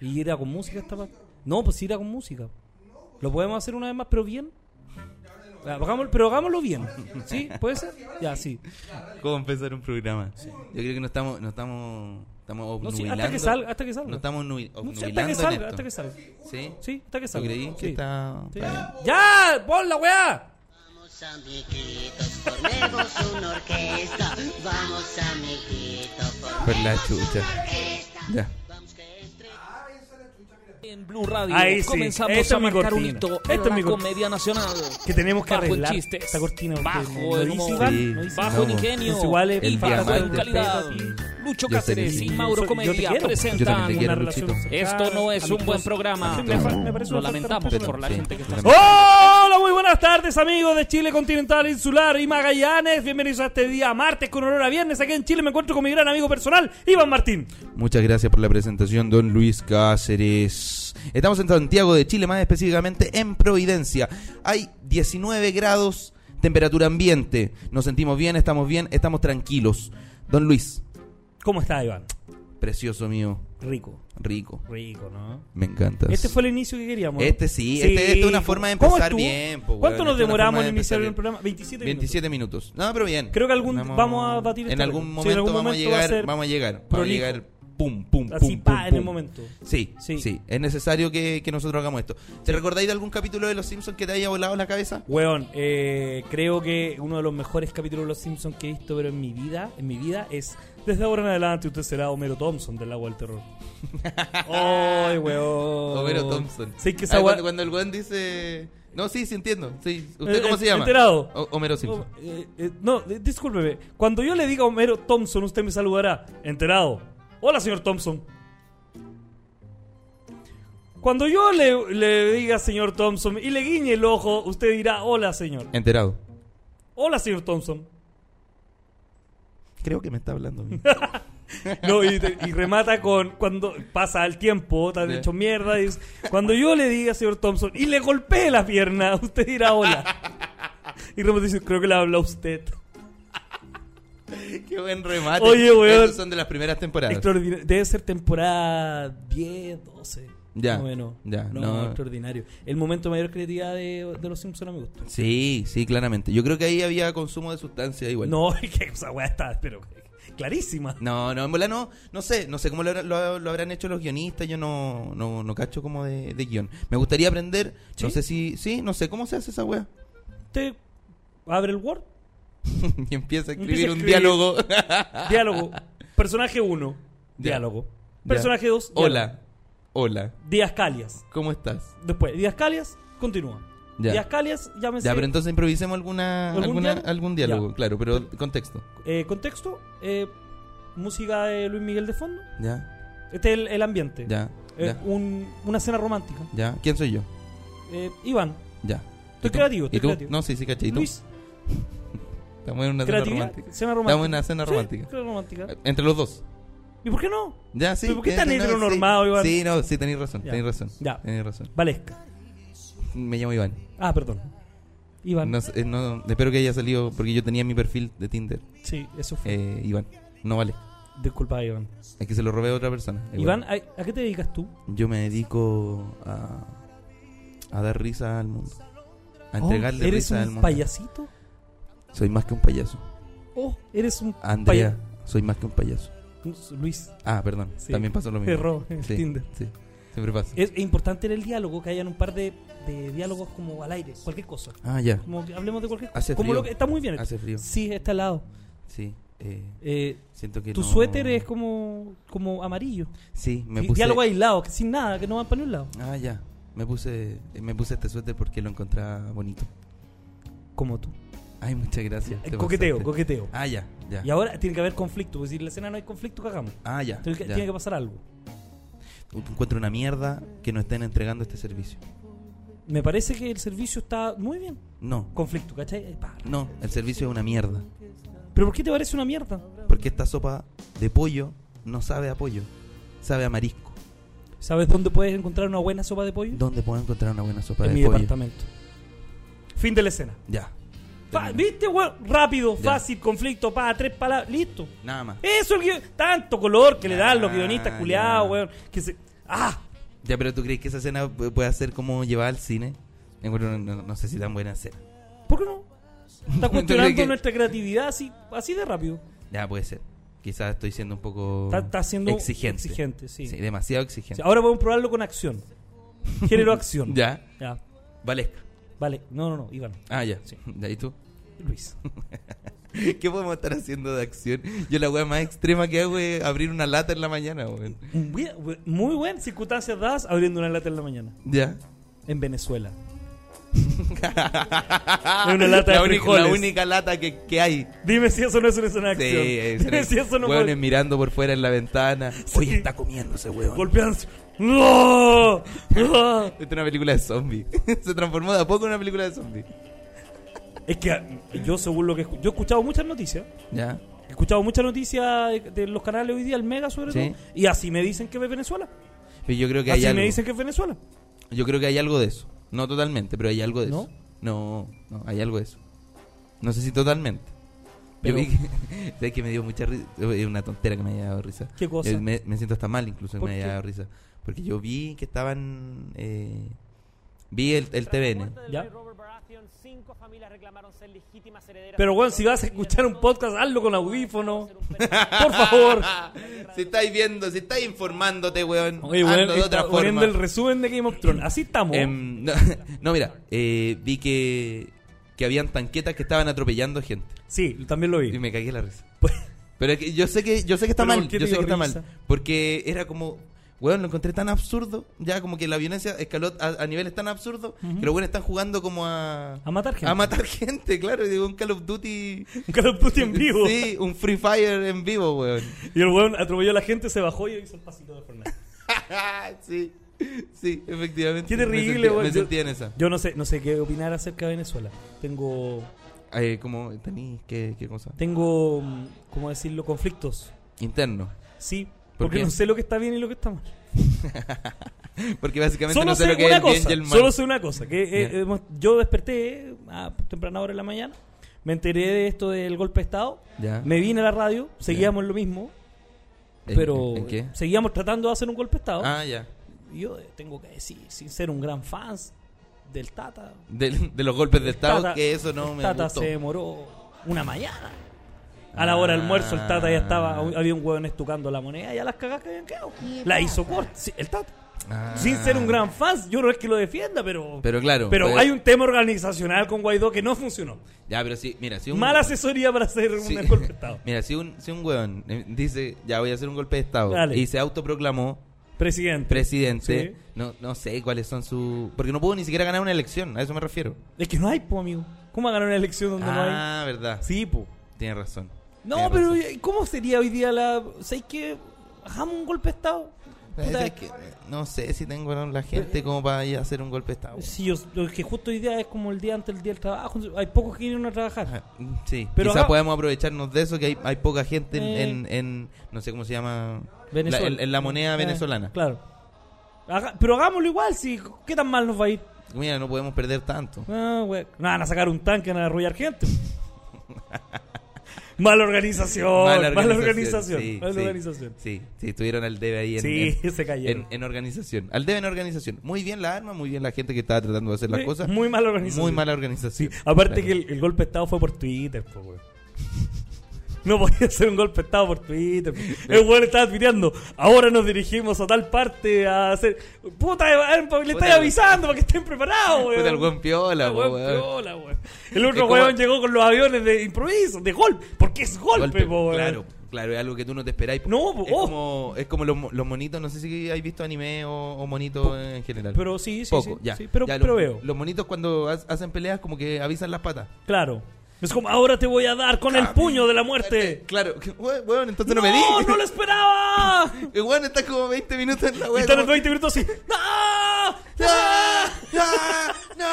[SPEAKER 1] Y era con música esta parte. No, pues sí era con música. Lo podemos hacer una vez más, pero bien. Ya, hagámoslo- pero hagámoslo bien. ¿Sí? ¿Puede ser? Ya, sí.
[SPEAKER 2] ¿Cómo empezar un programa? Yo creo que no estamos. No estamos, estamos
[SPEAKER 1] No, sí,
[SPEAKER 2] obnubilando.
[SPEAKER 1] hasta que salga, hasta que salga.
[SPEAKER 2] No estamos obnu-
[SPEAKER 1] No, sí,
[SPEAKER 2] obnubilando.
[SPEAKER 1] hasta que
[SPEAKER 2] en
[SPEAKER 1] salga,
[SPEAKER 2] esto.
[SPEAKER 1] hasta que salga.
[SPEAKER 2] ¿Sí?
[SPEAKER 1] Sí, hasta que
[SPEAKER 2] ¿Tú
[SPEAKER 1] salga.
[SPEAKER 2] creí que
[SPEAKER 1] Sí.
[SPEAKER 2] está.?
[SPEAKER 1] Sí.
[SPEAKER 2] está bien?
[SPEAKER 1] ¡Ya! ¡Pon la weá!
[SPEAKER 6] Vamos amiguitos, formemos una orquesta. Vamos amiguitos,
[SPEAKER 2] Por
[SPEAKER 6] formemos
[SPEAKER 2] la chucha. Ya.
[SPEAKER 6] Vamos que entre
[SPEAKER 4] En Blue Radio
[SPEAKER 1] Ahí sí,
[SPEAKER 4] comenzamos
[SPEAKER 1] esta
[SPEAKER 4] a
[SPEAKER 1] es mi
[SPEAKER 4] marcar un
[SPEAKER 1] cortina.
[SPEAKER 4] hito
[SPEAKER 1] Esta
[SPEAKER 4] en
[SPEAKER 1] es
[SPEAKER 4] la
[SPEAKER 1] mi cor-
[SPEAKER 4] comedia nacional.
[SPEAKER 1] Que tenemos que
[SPEAKER 4] Bajo en
[SPEAKER 1] arreglar
[SPEAKER 4] chistes,
[SPEAKER 1] esta cortina. porque
[SPEAKER 4] bajo
[SPEAKER 1] no- no
[SPEAKER 4] en
[SPEAKER 1] hice
[SPEAKER 4] humor,
[SPEAKER 1] Iván,
[SPEAKER 2] Sí.
[SPEAKER 1] no hice
[SPEAKER 4] Bajo en
[SPEAKER 2] No,
[SPEAKER 4] ingenio
[SPEAKER 1] es igual,
[SPEAKER 4] y
[SPEAKER 1] el
[SPEAKER 4] bajo en
[SPEAKER 2] diamante.
[SPEAKER 4] calidad. Lucho
[SPEAKER 2] Yo te
[SPEAKER 4] Cáceres y
[SPEAKER 2] quiero.
[SPEAKER 4] Mauro
[SPEAKER 1] Yo te
[SPEAKER 4] Comedia
[SPEAKER 1] quiero.
[SPEAKER 2] Yo también te
[SPEAKER 4] presentan
[SPEAKER 2] quiero,
[SPEAKER 1] Ah, Una relación
[SPEAKER 2] Luchito.
[SPEAKER 1] cercana,
[SPEAKER 4] Esto no es un buen programa.
[SPEAKER 1] Me fa- me parece
[SPEAKER 4] Lo
[SPEAKER 1] una falta de
[SPEAKER 4] lamentamos
[SPEAKER 1] respeto.
[SPEAKER 4] por la
[SPEAKER 2] Sí.
[SPEAKER 4] gente que está
[SPEAKER 2] Lo
[SPEAKER 4] escuchando.
[SPEAKER 1] Hola, muy buenas tardes amigos de Chile continental, insular y Magallanes. Bienvenidos a este día martes con honor a viernes. Aquí en Chile me encuentro con mi gran amigo personal, Iván Martín.
[SPEAKER 2] Muchas gracias por la presentación, don Luis Cáceres. Estamos en Santiago de Chile, más específicamente en Providencia. Hay 19 grados, temperatura ambiente. Nos sentimos bien, estamos bien, estamos tranquilos. Don Luis,
[SPEAKER 1] ¿Cómo está Iván?
[SPEAKER 2] precioso mío,
[SPEAKER 1] Rico,
[SPEAKER 2] rico.
[SPEAKER 1] rico, ¿no?
[SPEAKER 2] Me encantas.
[SPEAKER 1] Este fue el inicio que queríamos. ¿no?
[SPEAKER 2] Este sí, este- esta es una forma de
[SPEAKER 1] ¿Cómo
[SPEAKER 2] empezar
[SPEAKER 1] estuvo?
[SPEAKER 2] bien, po,
[SPEAKER 1] ¿Cuánto nos
[SPEAKER 2] weón, esta es una
[SPEAKER 1] demoramos
[SPEAKER 2] forma
[SPEAKER 1] en
[SPEAKER 2] de
[SPEAKER 1] iniciar el
[SPEAKER 2] empezar
[SPEAKER 1] programa? 27 minutos.
[SPEAKER 2] 27 minutos. No, pero bien.
[SPEAKER 1] Creo que algún- vamos a batir
[SPEAKER 2] En
[SPEAKER 1] este
[SPEAKER 2] algún
[SPEAKER 1] récord.
[SPEAKER 2] momento,
[SPEAKER 1] Sí, en algún
[SPEAKER 2] vamos,
[SPEAKER 1] momento
[SPEAKER 2] a
[SPEAKER 1] va a
[SPEAKER 2] llegar,
[SPEAKER 1] ser
[SPEAKER 2] vamos a llegar. Vamos a
[SPEAKER 1] prolijo.
[SPEAKER 2] llegar. Pum, pum,
[SPEAKER 1] Así,
[SPEAKER 2] pum,
[SPEAKER 1] pa,
[SPEAKER 2] pum,
[SPEAKER 1] en el
[SPEAKER 2] pum.
[SPEAKER 1] momento.
[SPEAKER 2] Sí, sí,
[SPEAKER 1] Sí.
[SPEAKER 2] Es necesario que, que nosotros hagamos esto. ¿Te recordáis de algún capítulo de Los Simpsons que te haya volado la cabeza?
[SPEAKER 1] Weón, eh, creo que uno de los mejores capítulos de Los Simpsons que he visto, pero en mi vida, en mi vida es desde ahora en adelante usted será Homero Thompson del agua del terror. ¡Ay, weón!
[SPEAKER 2] Homero Thompson.
[SPEAKER 1] Sí, que
[SPEAKER 2] Ah,
[SPEAKER 1] esa
[SPEAKER 2] cuando,
[SPEAKER 1] weón.
[SPEAKER 2] cuando el weón dice. No, sí, sí entiendo. Sí. ¿Usted
[SPEAKER 1] Eh,
[SPEAKER 2] cómo
[SPEAKER 1] eh,
[SPEAKER 2] se llama?
[SPEAKER 1] enterado.
[SPEAKER 2] O- Homero Simpson.
[SPEAKER 1] no, eh, discúlpeme. Cuando yo le diga Homero Thompson, usted me saludará. Enterado. Hola, señor Thompson. Cuando yo le, le diga señor Thompson y le guiñe el ojo, usted dirá hola, señor.
[SPEAKER 2] Enterado.
[SPEAKER 1] Hola, señor Thompson.
[SPEAKER 2] Creo que me está hablando. a mí.
[SPEAKER 1] No, y, te- y remata con cuando pasa el tiempo, tan
[SPEAKER 2] Sí.
[SPEAKER 1] hecho mierda. y dice, cuando yo le diga, señor Thompson, y le golpeé la pierna, usted dirá hola. Y Ramos dice, creo que le habla a usted.
[SPEAKER 2] Qué buen remate.
[SPEAKER 1] Oye, weón.
[SPEAKER 2] Esas son de las primeras temporadas.
[SPEAKER 1] Extraordinario. Debe ser temporada 10, 12.
[SPEAKER 2] Ya,
[SPEAKER 1] Más o menos.
[SPEAKER 2] ya,
[SPEAKER 1] no,
[SPEAKER 2] no.
[SPEAKER 1] extraordinario. El momento de mayor creatividad de, de los Simpsons, amigos.
[SPEAKER 2] sí, sí, claramente. Yo creo que ahí había consumo de sustancia igual.
[SPEAKER 1] No, es que esa weá está, pero clarísima.
[SPEAKER 2] No, no, en bola no, no sé, no sé cómo lo, lo- lo habrán hecho los guionistas, yo no, no, no cacho como de, de guión. Me gustaría aprender, no
[SPEAKER 1] ¿Sí?
[SPEAKER 2] sé si, sí, no sé cómo se hace esa wea.
[SPEAKER 1] Usted abre el Word,
[SPEAKER 2] y empieza a
[SPEAKER 1] Empieza
[SPEAKER 2] escribir
[SPEAKER 1] a
[SPEAKER 2] un
[SPEAKER 1] escribir.
[SPEAKER 2] diálogo.
[SPEAKER 1] diálogo. Personaje 1,
[SPEAKER 2] Ah. Ya.
[SPEAKER 1] diálogo. Personaje
[SPEAKER 2] Ya.
[SPEAKER 1] 2,
[SPEAKER 2] Hola, hola,
[SPEAKER 1] Díaz Calias.
[SPEAKER 2] ¿cómo estás?
[SPEAKER 1] Después, Díaz Calias, continúa.
[SPEAKER 2] Ya.
[SPEAKER 1] Díaz Calias, llámese.
[SPEAKER 2] Ya, pero entonces improvisemos alguna,
[SPEAKER 1] ¿Algún
[SPEAKER 2] alguna,
[SPEAKER 1] diálogo?
[SPEAKER 2] algún diálogo,
[SPEAKER 1] Ya.
[SPEAKER 2] claro, pero contexto.
[SPEAKER 1] eh, contexto, eh, música de Luis Miguel de fondo.
[SPEAKER 2] Ya,
[SPEAKER 1] Este es el, el ambiente.
[SPEAKER 2] ya,
[SPEAKER 1] Eh,
[SPEAKER 2] ya,
[SPEAKER 1] un- una cena romántica.
[SPEAKER 2] ya. ¿Quién soy yo?
[SPEAKER 1] Eh, Iván,
[SPEAKER 2] Ya.
[SPEAKER 1] Estoy
[SPEAKER 2] ¿Y tú?
[SPEAKER 1] creativo, estoy
[SPEAKER 2] ¿Y tú?
[SPEAKER 1] creativo.
[SPEAKER 2] No, sí, sí, caché. ¿Y tú?
[SPEAKER 1] Luis,
[SPEAKER 2] Estamos en una cena
[SPEAKER 1] creatividad, cena
[SPEAKER 2] romántica. Estamos
[SPEAKER 1] romántica.
[SPEAKER 2] en una cena
[SPEAKER 1] Sí,
[SPEAKER 2] romántica.
[SPEAKER 1] cena romántica.
[SPEAKER 2] Entre los dos.
[SPEAKER 1] ¿Y por qué no?
[SPEAKER 2] Ya, sí.
[SPEAKER 1] ¿Pero por qué
[SPEAKER 2] tienes-
[SPEAKER 1] tan
[SPEAKER 2] no,
[SPEAKER 1] heteronormado,
[SPEAKER 2] sí.
[SPEAKER 1] Iván?
[SPEAKER 2] Sí, no, sí, tenéis razón,
[SPEAKER 1] Ya.
[SPEAKER 2] tenéis razón.
[SPEAKER 1] Ya.
[SPEAKER 2] Tenéis razón.
[SPEAKER 1] Valesca.
[SPEAKER 2] Me llamo Iván.
[SPEAKER 1] Ah, perdón. Iván.
[SPEAKER 2] No, sé, eh, no, espero que haya salido, porque yo tenía mi perfil de Tinder,
[SPEAKER 1] Sí, eso fue.
[SPEAKER 2] eh, Iván. No vale.
[SPEAKER 1] Disculpa, Iván.
[SPEAKER 2] Es que se lo robé a otra persona. Eh,
[SPEAKER 1] Iván,
[SPEAKER 2] bueno.
[SPEAKER 1] ¿a, a qué te dedicas tú?
[SPEAKER 2] Yo me dedico a, a dar risa al mundo. A entregarle
[SPEAKER 1] Oh, ¿Eres
[SPEAKER 2] risa al
[SPEAKER 1] un
[SPEAKER 2] mundo.
[SPEAKER 1] payasito?
[SPEAKER 2] Soy más que un payaso.
[SPEAKER 1] Oh, eres un
[SPEAKER 2] Andrea, soy más que un payaso.
[SPEAKER 1] paya- Luis.
[SPEAKER 2] Ah, perdón.
[SPEAKER 1] Sí.
[SPEAKER 2] También pasó lo mismo.
[SPEAKER 1] Erró en
[SPEAKER 2] Sí,
[SPEAKER 1] Tinder. Eh,
[SPEAKER 2] sí. Siempre pasa.
[SPEAKER 1] Es, es importante en el diálogo que hayan un par de, de diálogos como al aire, cualquier cosa.
[SPEAKER 2] Ah, ya.
[SPEAKER 1] Como que hablemos de cualquier cosa.
[SPEAKER 2] Hace
[SPEAKER 1] Como
[SPEAKER 2] frío.
[SPEAKER 1] lo que- está muy bien.
[SPEAKER 2] Hace frío.
[SPEAKER 1] Sí, está al lado.
[SPEAKER 2] Sí. eh,
[SPEAKER 1] Eh,
[SPEAKER 2] siento que
[SPEAKER 1] tu
[SPEAKER 2] no-
[SPEAKER 1] suéter es como, como amarillo.
[SPEAKER 2] Sí, me
[SPEAKER 1] Di-
[SPEAKER 2] puse.
[SPEAKER 1] Diálogo aislado, que sin nada, que no van para ningún lado.
[SPEAKER 2] Ah, ya. Me puse, me puse este suéter porque lo encontraba bonito.
[SPEAKER 1] Como tú.
[SPEAKER 2] Ay, muchas gracias.
[SPEAKER 1] Eh,
[SPEAKER 2] te
[SPEAKER 1] coqueteo,
[SPEAKER 2] pasaste.
[SPEAKER 1] coqueteo.
[SPEAKER 2] Ah, ya, ya.
[SPEAKER 1] Y ahora tiene que haber conflicto, porque si en la escena no hay conflicto, cagamos.
[SPEAKER 2] Ah, ya.
[SPEAKER 1] Entonces,
[SPEAKER 2] ya.
[SPEAKER 1] Tiene que pasar algo.
[SPEAKER 2] Encuentro una mierda que no estén entregando este servicio.
[SPEAKER 1] Me parece que el servicio está muy bien.
[SPEAKER 2] No,
[SPEAKER 1] Conflicto, ¿cachai? Eh, pa.
[SPEAKER 2] no, el servicio es una mierda.
[SPEAKER 1] Pero ¿por qué te parece una mierda?
[SPEAKER 2] Porque esta sopa de pollo no sabe a pollo, sabe a marisco.
[SPEAKER 1] ¿Sabes dónde puedes encontrar una buena sopa de pollo?
[SPEAKER 2] ¿Dónde puedo encontrar una buena sopa
[SPEAKER 1] en
[SPEAKER 2] de
[SPEAKER 1] mi
[SPEAKER 2] pollo?
[SPEAKER 1] departamento. Fin de la escena.
[SPEAKER 2] Ya.
[SPEAKER 1] Fa-
[SPEAKER 2] Terminé.
[SPEAKER 1] ¿Viste, weón? Rápido,
[SPEAKER 2] Ya.
[SPEAKER 1] fácil, conflicto, pa, tres palabras, listo.
[SPEAKER 2] Nada más.
[SPEAKER 1] Eso el guion- Tanto color que le dan los
[SPEAKER 2] Ah,
[SPEAKER 1] guionistas culiados,
[SPEAKER 2] ya.
[SPEAKER 1] weón. Que se. ¡Ah!
[SPEAKER 2] Ya, pero ¿tú crees que esa escena pu- puede ser como llevada al cine? Encuentro, no, no- no sé si tan buena escena.
[SPEAKER 1] ¿Por qué no? Está
[SPEAKER 2] Yo
[SPEAKER 1] cuestionando
[SPEAKER 2] creo que-
[SPEAKER 1] nuestra creatividad así, así de rápido.
[SPEAKER 2] Ya, puede ser. Quizás estoy siendo un poco
[SPEAKER 1] Está, está siendo
[SPEAKER 2] exigente.
[SPEAKER 1] exigente, sí.
[SPEAKER 2] Sí, demasiado
[SPEAKER 1] O
[SPEAKER 2] exigente.
[SPEAKER 1] sea, ahora podemos probarlo con acción. Género acción.
[SPEAKER 2] Ya,
[SPEAKER 1] Ya.
[SPEAKER 2] Valesca.
[SPEAKER 1] Vale. No, no, no, Iván.
[SPEAKER 2] Ah, ya.
[SPEAKER 1] Sí.
[SPEAKER 2] Ya, ¿y tú?
[SPEAKER 1] Luis.
[SPEAKER 2] ¿Qué podemos estar haciendo de acción? Yo la weá más extrema que hago es abrir una lata en la mañana, weón.
[SPEAKER 1] Muy, muy buenas circunstancias dadas abriendo una lata en la mañana.
[SPEAKER 2] Ya.
[SPEAKER 1] En Venezuela. Es una lata de
[SPEAKER 2] la única,
[SPEAKER 1] frijoles.
[SPEAKER 2] la única lata que, que hay.
[SPEAKER 1] Dime si eso no es una escena de
[SPEAKER 2] Sí,
[SPEAKER 1] acción.
[SPEAKER 2] es-
[SPEAKER 1] Dime si eso no
[SPEAKER 2] weones
[SPEAKER 1] puede-
[SPEAKER 2] mirando por fuera en la ventana.
[SPEAKER 1] Sí.
[SPEAKER 2] Oye, está comiendo ese weón.
[SPEAKER 1] Golpeándose. ¡No! ¡No!
[SPEAKER 2] Esta es una película de zombies. Se transformó de a poco en una película de zombies.
[SPEAKER 1] Es que ah, yo, según lo que. escu- Yo he escuchado muchas noticias.
[SPEAKER 2] Ya.
[SPEAKER 1] He escuchado muchas noticias de, de los canales hoy día, el Mega sobre
[SPEAKER 2] Sí.
[SPEAKER 1] todo. Y así me dicen que es Venezuela.
[SPEAKER 2] Pero yo creo que hay
[SPEAKER 1] Así
[SPEAKER 2] algo.
[SPEAKER 1] me dicen que es Venezuela.
[SPEAKER 2] Yo creo que hay algo de eso. No totalmente, pero hay algo de
[SPEAKER 1] ¿No?
[SPEAKER 2] eso. No, no, hay algo de eso. No sé si totalmente.
[SPEAKER 1] Pero-
[SPEAKER 2] Yo vi que, ¿sabes que me dio mucha risa. Es una tontera que me haya dado risa.
[SPEAKER 1] ¿Qué cosa?
[SPEAKER 2] Yo me, me siento hasta mal incluso que
[SPEAKER 1] ¿Por
[SPEAKER 2] me haya
[SPEAKER 1] qué?
[SPEAKER 2] dado risa. Porque yo vi que estaban. eh, vi el, el TVN.
[SPEAKER 1] ¿Ya? Pero
[SPEAKER 5] Pero
[SPEAKER 1] bueno, si vas a escuchar un podcast, hazlo con audífono. Por favor.
[SPEAKER 2] si estáis viendo, si estáis informándote, weón.
[SPEAKER 1] Oye,
[SPEAKER 2] hazlo
[SPEAKER 1] bueno,
[SPEAKER 2] de otra
[SPEAKER 1] está poniendo
[SPEAKER 2] forma.
[SPEAKER 1] el resumen de Game of Thrones. Así estamos.
[SPEAKER 2] Em, no, no, mira, eh, vi que, que habían tanquetas que estaban atropellando gente.
[SPEAKER 1] sí, también lo
[SPEAKER 2] Y
[SPEAKER 1] vi.
[SPEAKER 2] me cagué la risa.
[SPEAKER 1] Pues,
[SPEAKER 2] Pero es que yo sé que yo sé que está
[SPEAKER 1] ¿Pero
[SPEAKER 2] mal,
[SPEAKER 1] por qué
[SPEAKER 2] yo
[SPEAKER 1] te
[SPEAKER 2] sé que
[SPEAKER 1] dio
[SPEAKER 2] está
[SPEAKER 1] risa?
[SPEAKER 2] mal, porque era como Weón, lo encontré tan absurdo, ya como que la violencia escaló a, a niveles tan absurdos que los weones están jugando como a
[SPEAKER 1] A matar gente.
[SPEAKER 2] a matar gente, claro, digo un Call of Duty
[SPEAKER 1] un Call of Duty en vivo.
[SPEAKER 2] Sí, un Free Fire en vivo, weón.
[SPEAKER 1] Y el weón atropelló a la gente, se bajó y hizo el pasito de Fortnite.
[SPEAKER 2] sí. Sí, efectivamente.
[SPEAKER 1] Qué
[SPEAKER 2] Me
[SPEAKER 1] terrible,
[SPEAKER 2] sentía-
[SPEAKER 1] weón.
[SPEAKER 2] Me
[SPEAKER 1] Yo-
[SPEAKER 2] sentía en esa.
[SPEAKER 1] Yo no sé, no sé qué opinar acerca de Venezuela. Tengo,
[SPEAKER 2] Eh, como tení qué qué cosa.
[SPEAKER 1] tengo, mm, ¿cómo decirlo? Conflictos
[SPEAKER 2] Interno.
[SPEAKER 1] Sí,
[SPEAKER 2] ¿Por
[SPEAKER 1] porque
[SPEAKER 2] qué?
[SPEAKER 1] no sé lo que está bien y lo que está mal.
[SPEAKER 2] Porque básicamente
[SPEAKER 1] Solo
[SPEAKER 2] no sé
[SPEAKER 1] sé
[SPEAKER 2] lo que es
[SPEAKER 1] una
[SPEAKER 2] el bien
[SPEAKER 1] cosa.
[SPEAKER 2] y el mal.
[SPEAKER 1] Solo sé una cosa. Que, eh,
[SPEAKER 2] Ya.
[SPEAKER 1] hemos- yo desperté a temprana hora de la mañana. Me enteré de esto del golpe de Estado.
[SPEAKER 2] Ya.
[SPEAKER 1] Me vine a la radio. Seguíamos en lo mismo.
[SPEAKER 2] ¿En-
[SPEAKER 1] Pero
[SPEAKER 2] ¿En qué?
[SPEAKER 1] seguíamos tratando de hacer un golpe de Estado.
[SPEAKER 2] Ah, ya.
[SPEAKER 1] Yo eh, tengo que decir, sin ser un gran fan del Tata.
[SPEAKER 2] De, de los golpes de Estado,
[SPEAKER 1] Tata-
[SPEAKER 2] que eso no
[SPEAKER 1] el
[SPEAKER 2] me
[SPEAKER 1] Tata
[SPEAKER 2] gustó.
[SPEAKER 1] se demoró una mañana. A la hora del almuerzo, el Tata ya estaba.
[SPEAKER 2] Ah.
[SPEAKER 1] Había un hueón estucando la moneda y a las cagadas que habían quedado. La hizo corta. Sí, el Tata.
[SPEAKER 2] Ah.
[SPEAKER 1] Sin ser un gran fan, yo no es que lo defienda, pero.
[SPEAKER 2] Pero claro,
[SPEAKER 1] Pero
[SPEAKER 2] pues-
[SPEAKER 1] hay un tema organizacional con Guaidó que no funcionó.
[SPEAKER 2] Ya, pero sí, mira, si un...
[SPEAKER 1] Mala asesoría para hacer
[SPEAKER 2] Sí.
[SPEAKER 1] un golpe de Estado.
[SPEAKER 2] Mira, si un, si un weón eh, dice, ya voy a hacer un golpe de Estado,
[SPEAKER 1] Dale.
[SPEAKER 2] y se autoproclamó
[SPEAKER 1] Presidente.
[SPEAKER 2] presidente,
[SPEAKER 1] Sí.
[SPEAKER 2] no, no sé cuáles son sus... Porque no pudo ni siquiera ganar una elección, a eso me refiero.
[SPEAKER 1] Es que no hay, po, amigo. ¿Cómo va a ganar una elección donde no hay?
[SPEAKER 2] ah, verdad.
[SPEAKER 1] Sí, po.
[SPEAKER 2] Tienes razón.
[SPEAKER 1] No,
[SPEAKER 2] Tienes
[SPEAKER 1] pero
[SPEAKER 2] razón.
[SPEAKER 1] ¿y ¿cómo sería hoy día la. ¿Sabéis qué? Bajamos un golpe de Estado. Puta,
[SPEAKER 2] Es que eh, no sé si tengo la gente como para ir a hacer un golpe de Estado.
[SPEAKER 1] Sí, yo, yo- que justo hoy día es como el día antes del día del trabajo. Hay pocos que vienen a trabajar.
[SPEAKER 2] Ah, mm, Sí,
[SPEAKER 1] Pero
[SPEAKER 2] quizá
[SPEAKER 1] haga-
[SPEAKER 2] podemos aprovecharnos de eso, que hay, hay poca gente en,
[SPEAKER 1] Eh.
[SPEAKER 2] en, en- no sé cómo se llama,
[SPEAKER 1] Venezuela.
[SPEAKER 2] La, en, en la moneda
[SPEAKER 1] Eh,
[SPEAKER 2] venezolana.
[SPEAKER 1] Claro. Haga- pero hagámoslo igual, si ¿Qué tan mal nos va a ir?
[SPEAKER 2] Mira, no podemos perder tanto.
[SPEAKER 1] Ah, güey. No van a sacar un tanque, van a arrollar gente. mala organización. Mala organización. Mala organización.
[SPEAKER 2] sí, sí, Sí, sí, tuvieron al debe ahí en,
[SPEAKER 1] Sí,
[SPEAKER 2] en-
[SPEAKER 1] se cayeron.
[SPEAKER 2] en- en organización. Al debe en organización. Muy bien la arma, muy bien la gente que estaba tratando de hacer las
[SPEAKER 1] Sí,
[SPEAKER 2] cosas.
[SPEAKER 1] Muy mala organización.
[SPEAKER 2] Muy mala organización.
[SPEAKER 1] Aparte
[SPEAKER 2] Claro.
[SPEAKER 1] que el, el golpe de Estado fue por Twitter, po, güey. No podía ser un golpe de Estado por Twitter. po. El weón estaba tirando. Ahora nos dirigimos a tal parte a hacer. Puta, eh, eh, le estáis
[SPEAKER 2] Puta,
[SPEAKER 1] avisando para que estén preparados, weón.
[SPEAKER 2] Puta, el buen piola,
[SPEAKER 1] El
[SPEAKER 2] po,
[SPEAKER 1] weón
[SPEAKER 2] weón.
[SPEAKER 1] piola, weón. El otro
[SPEAKER 2] como-
[SPEAKER 1] weón llegó con los aviones de improviso, de golpe. Porque es golpe,
[SPEAKER 2] Golpe,
[SPEAKER 1] po, weón.
[SPEAKER 2] Claro, claro, es algo que tú no te esperáis. po.
[SPEAKER 1] No, po,
[SPEAKER 2] es,
[SPEAKER 1] oh.
[SPEAKER 2] como, es como los, mo- los monitos, no sé si habéis visto anime o, o monitos en general.
[SPEAKER 1] Pero sí, sí, sí,
[SPEAKER 2] Poco, ya.
[SPEAKER 1] sí, pero-
[SPEAKER 2] Ya,
[SPEAKER 1] pero
[SPEAKER 2] los,
[SPEAKER 1] veo.
[SPEAKER 2] Los monitos cuando ha- hacen peleas como que avisan las patas.
[SPEAKER 1] Claro. Es como, ahora te voy a dar con el puño de la muerte.
[SPEAKER 2] Claro, que, we- weón, entonces no, me di.
[SPEAKER 1] ¡No, no lo esperaba!
[SPEAKER 2] Eh, Weón, estás como 20 minutos en la
[SPEAKER 1] Y
[SPEAKER 2] wea.
[SPEAKER 1] están
[SPEAKER 2] como-
[SPEAKER 1] los 20 minutos así. ¡No!
[SPEAKER 2] ¡Ah! ¡Ah! ¡No!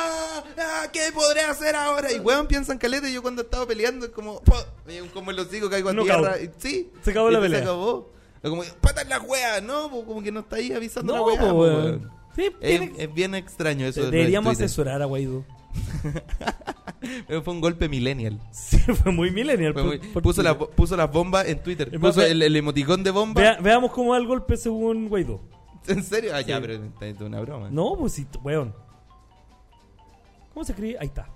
[SPEAKER 2] ¡Ah! ¿Qué podré hacer ahora? Y weón piensan caleta. y Yo cuando estaba peleando, es como. ¡pum! Me dio Como los digo, caigo a
[SPEAKER 1] Knockout.
[SPEAKER 2] tierra. Y, sí.
[SPEAKER 1] Se acabó la
[SPEAKER 2] Y
[SPEAKER 1] pelea.
[SPEAKER 2] Se acabó. O Como, pata en la wea, ¿no? po, Como que no está ahí avisando
[SPEAKER 1] No,
[SPEAKER 2] la wea.
[SPEAKER 1] po,
[SPEAKER 2] po,
[SPEAKER 1] weón.
[SPEAKER 2] weón. Em,
[SPEAKER 1] Sí,
[SPEAKER 2] Es,
[SPEAKER 1] tiene-
[SPEAKER 2] es bien extraño eso. de lo de
[SPEAKER 1] Deberíamos
[SPEAKER 2] Twitter.
[SPEAKER 1] asesorar a Guaidó.
[SPEAKER 2] Pero Fue un golpe millennial.
[SPEAKER 1] Sí, fue muy millennial.
[SPEAKER 2] Fue
[SPEAKER 1] por-
[SPEAKER 2] muy-
[SPEAKER 1] por
[SPEAKER 2] puso, la,
[SPEAKER 1] Twitter.
[SPEAKER 2] puso las bombas en Twitter.
[SPEAKER 1] Es más,
[SPEAKER 2] Puso
[SPEAKER 1] ve-
[SPEAKER 2] el, el emoticón de bomba.
[SPEAKER 1] Vea- veamos cómo va el golpe según Guaidó.
[SPEAKER 2] ¿En serio? Ah, ya,
[SPEAKER 1] Sí.
[SPEAKER 2] pero está es una broma.
[SPEAKER 1] No, pues sí, weón. ¿Cómo se escribe? Ahí está.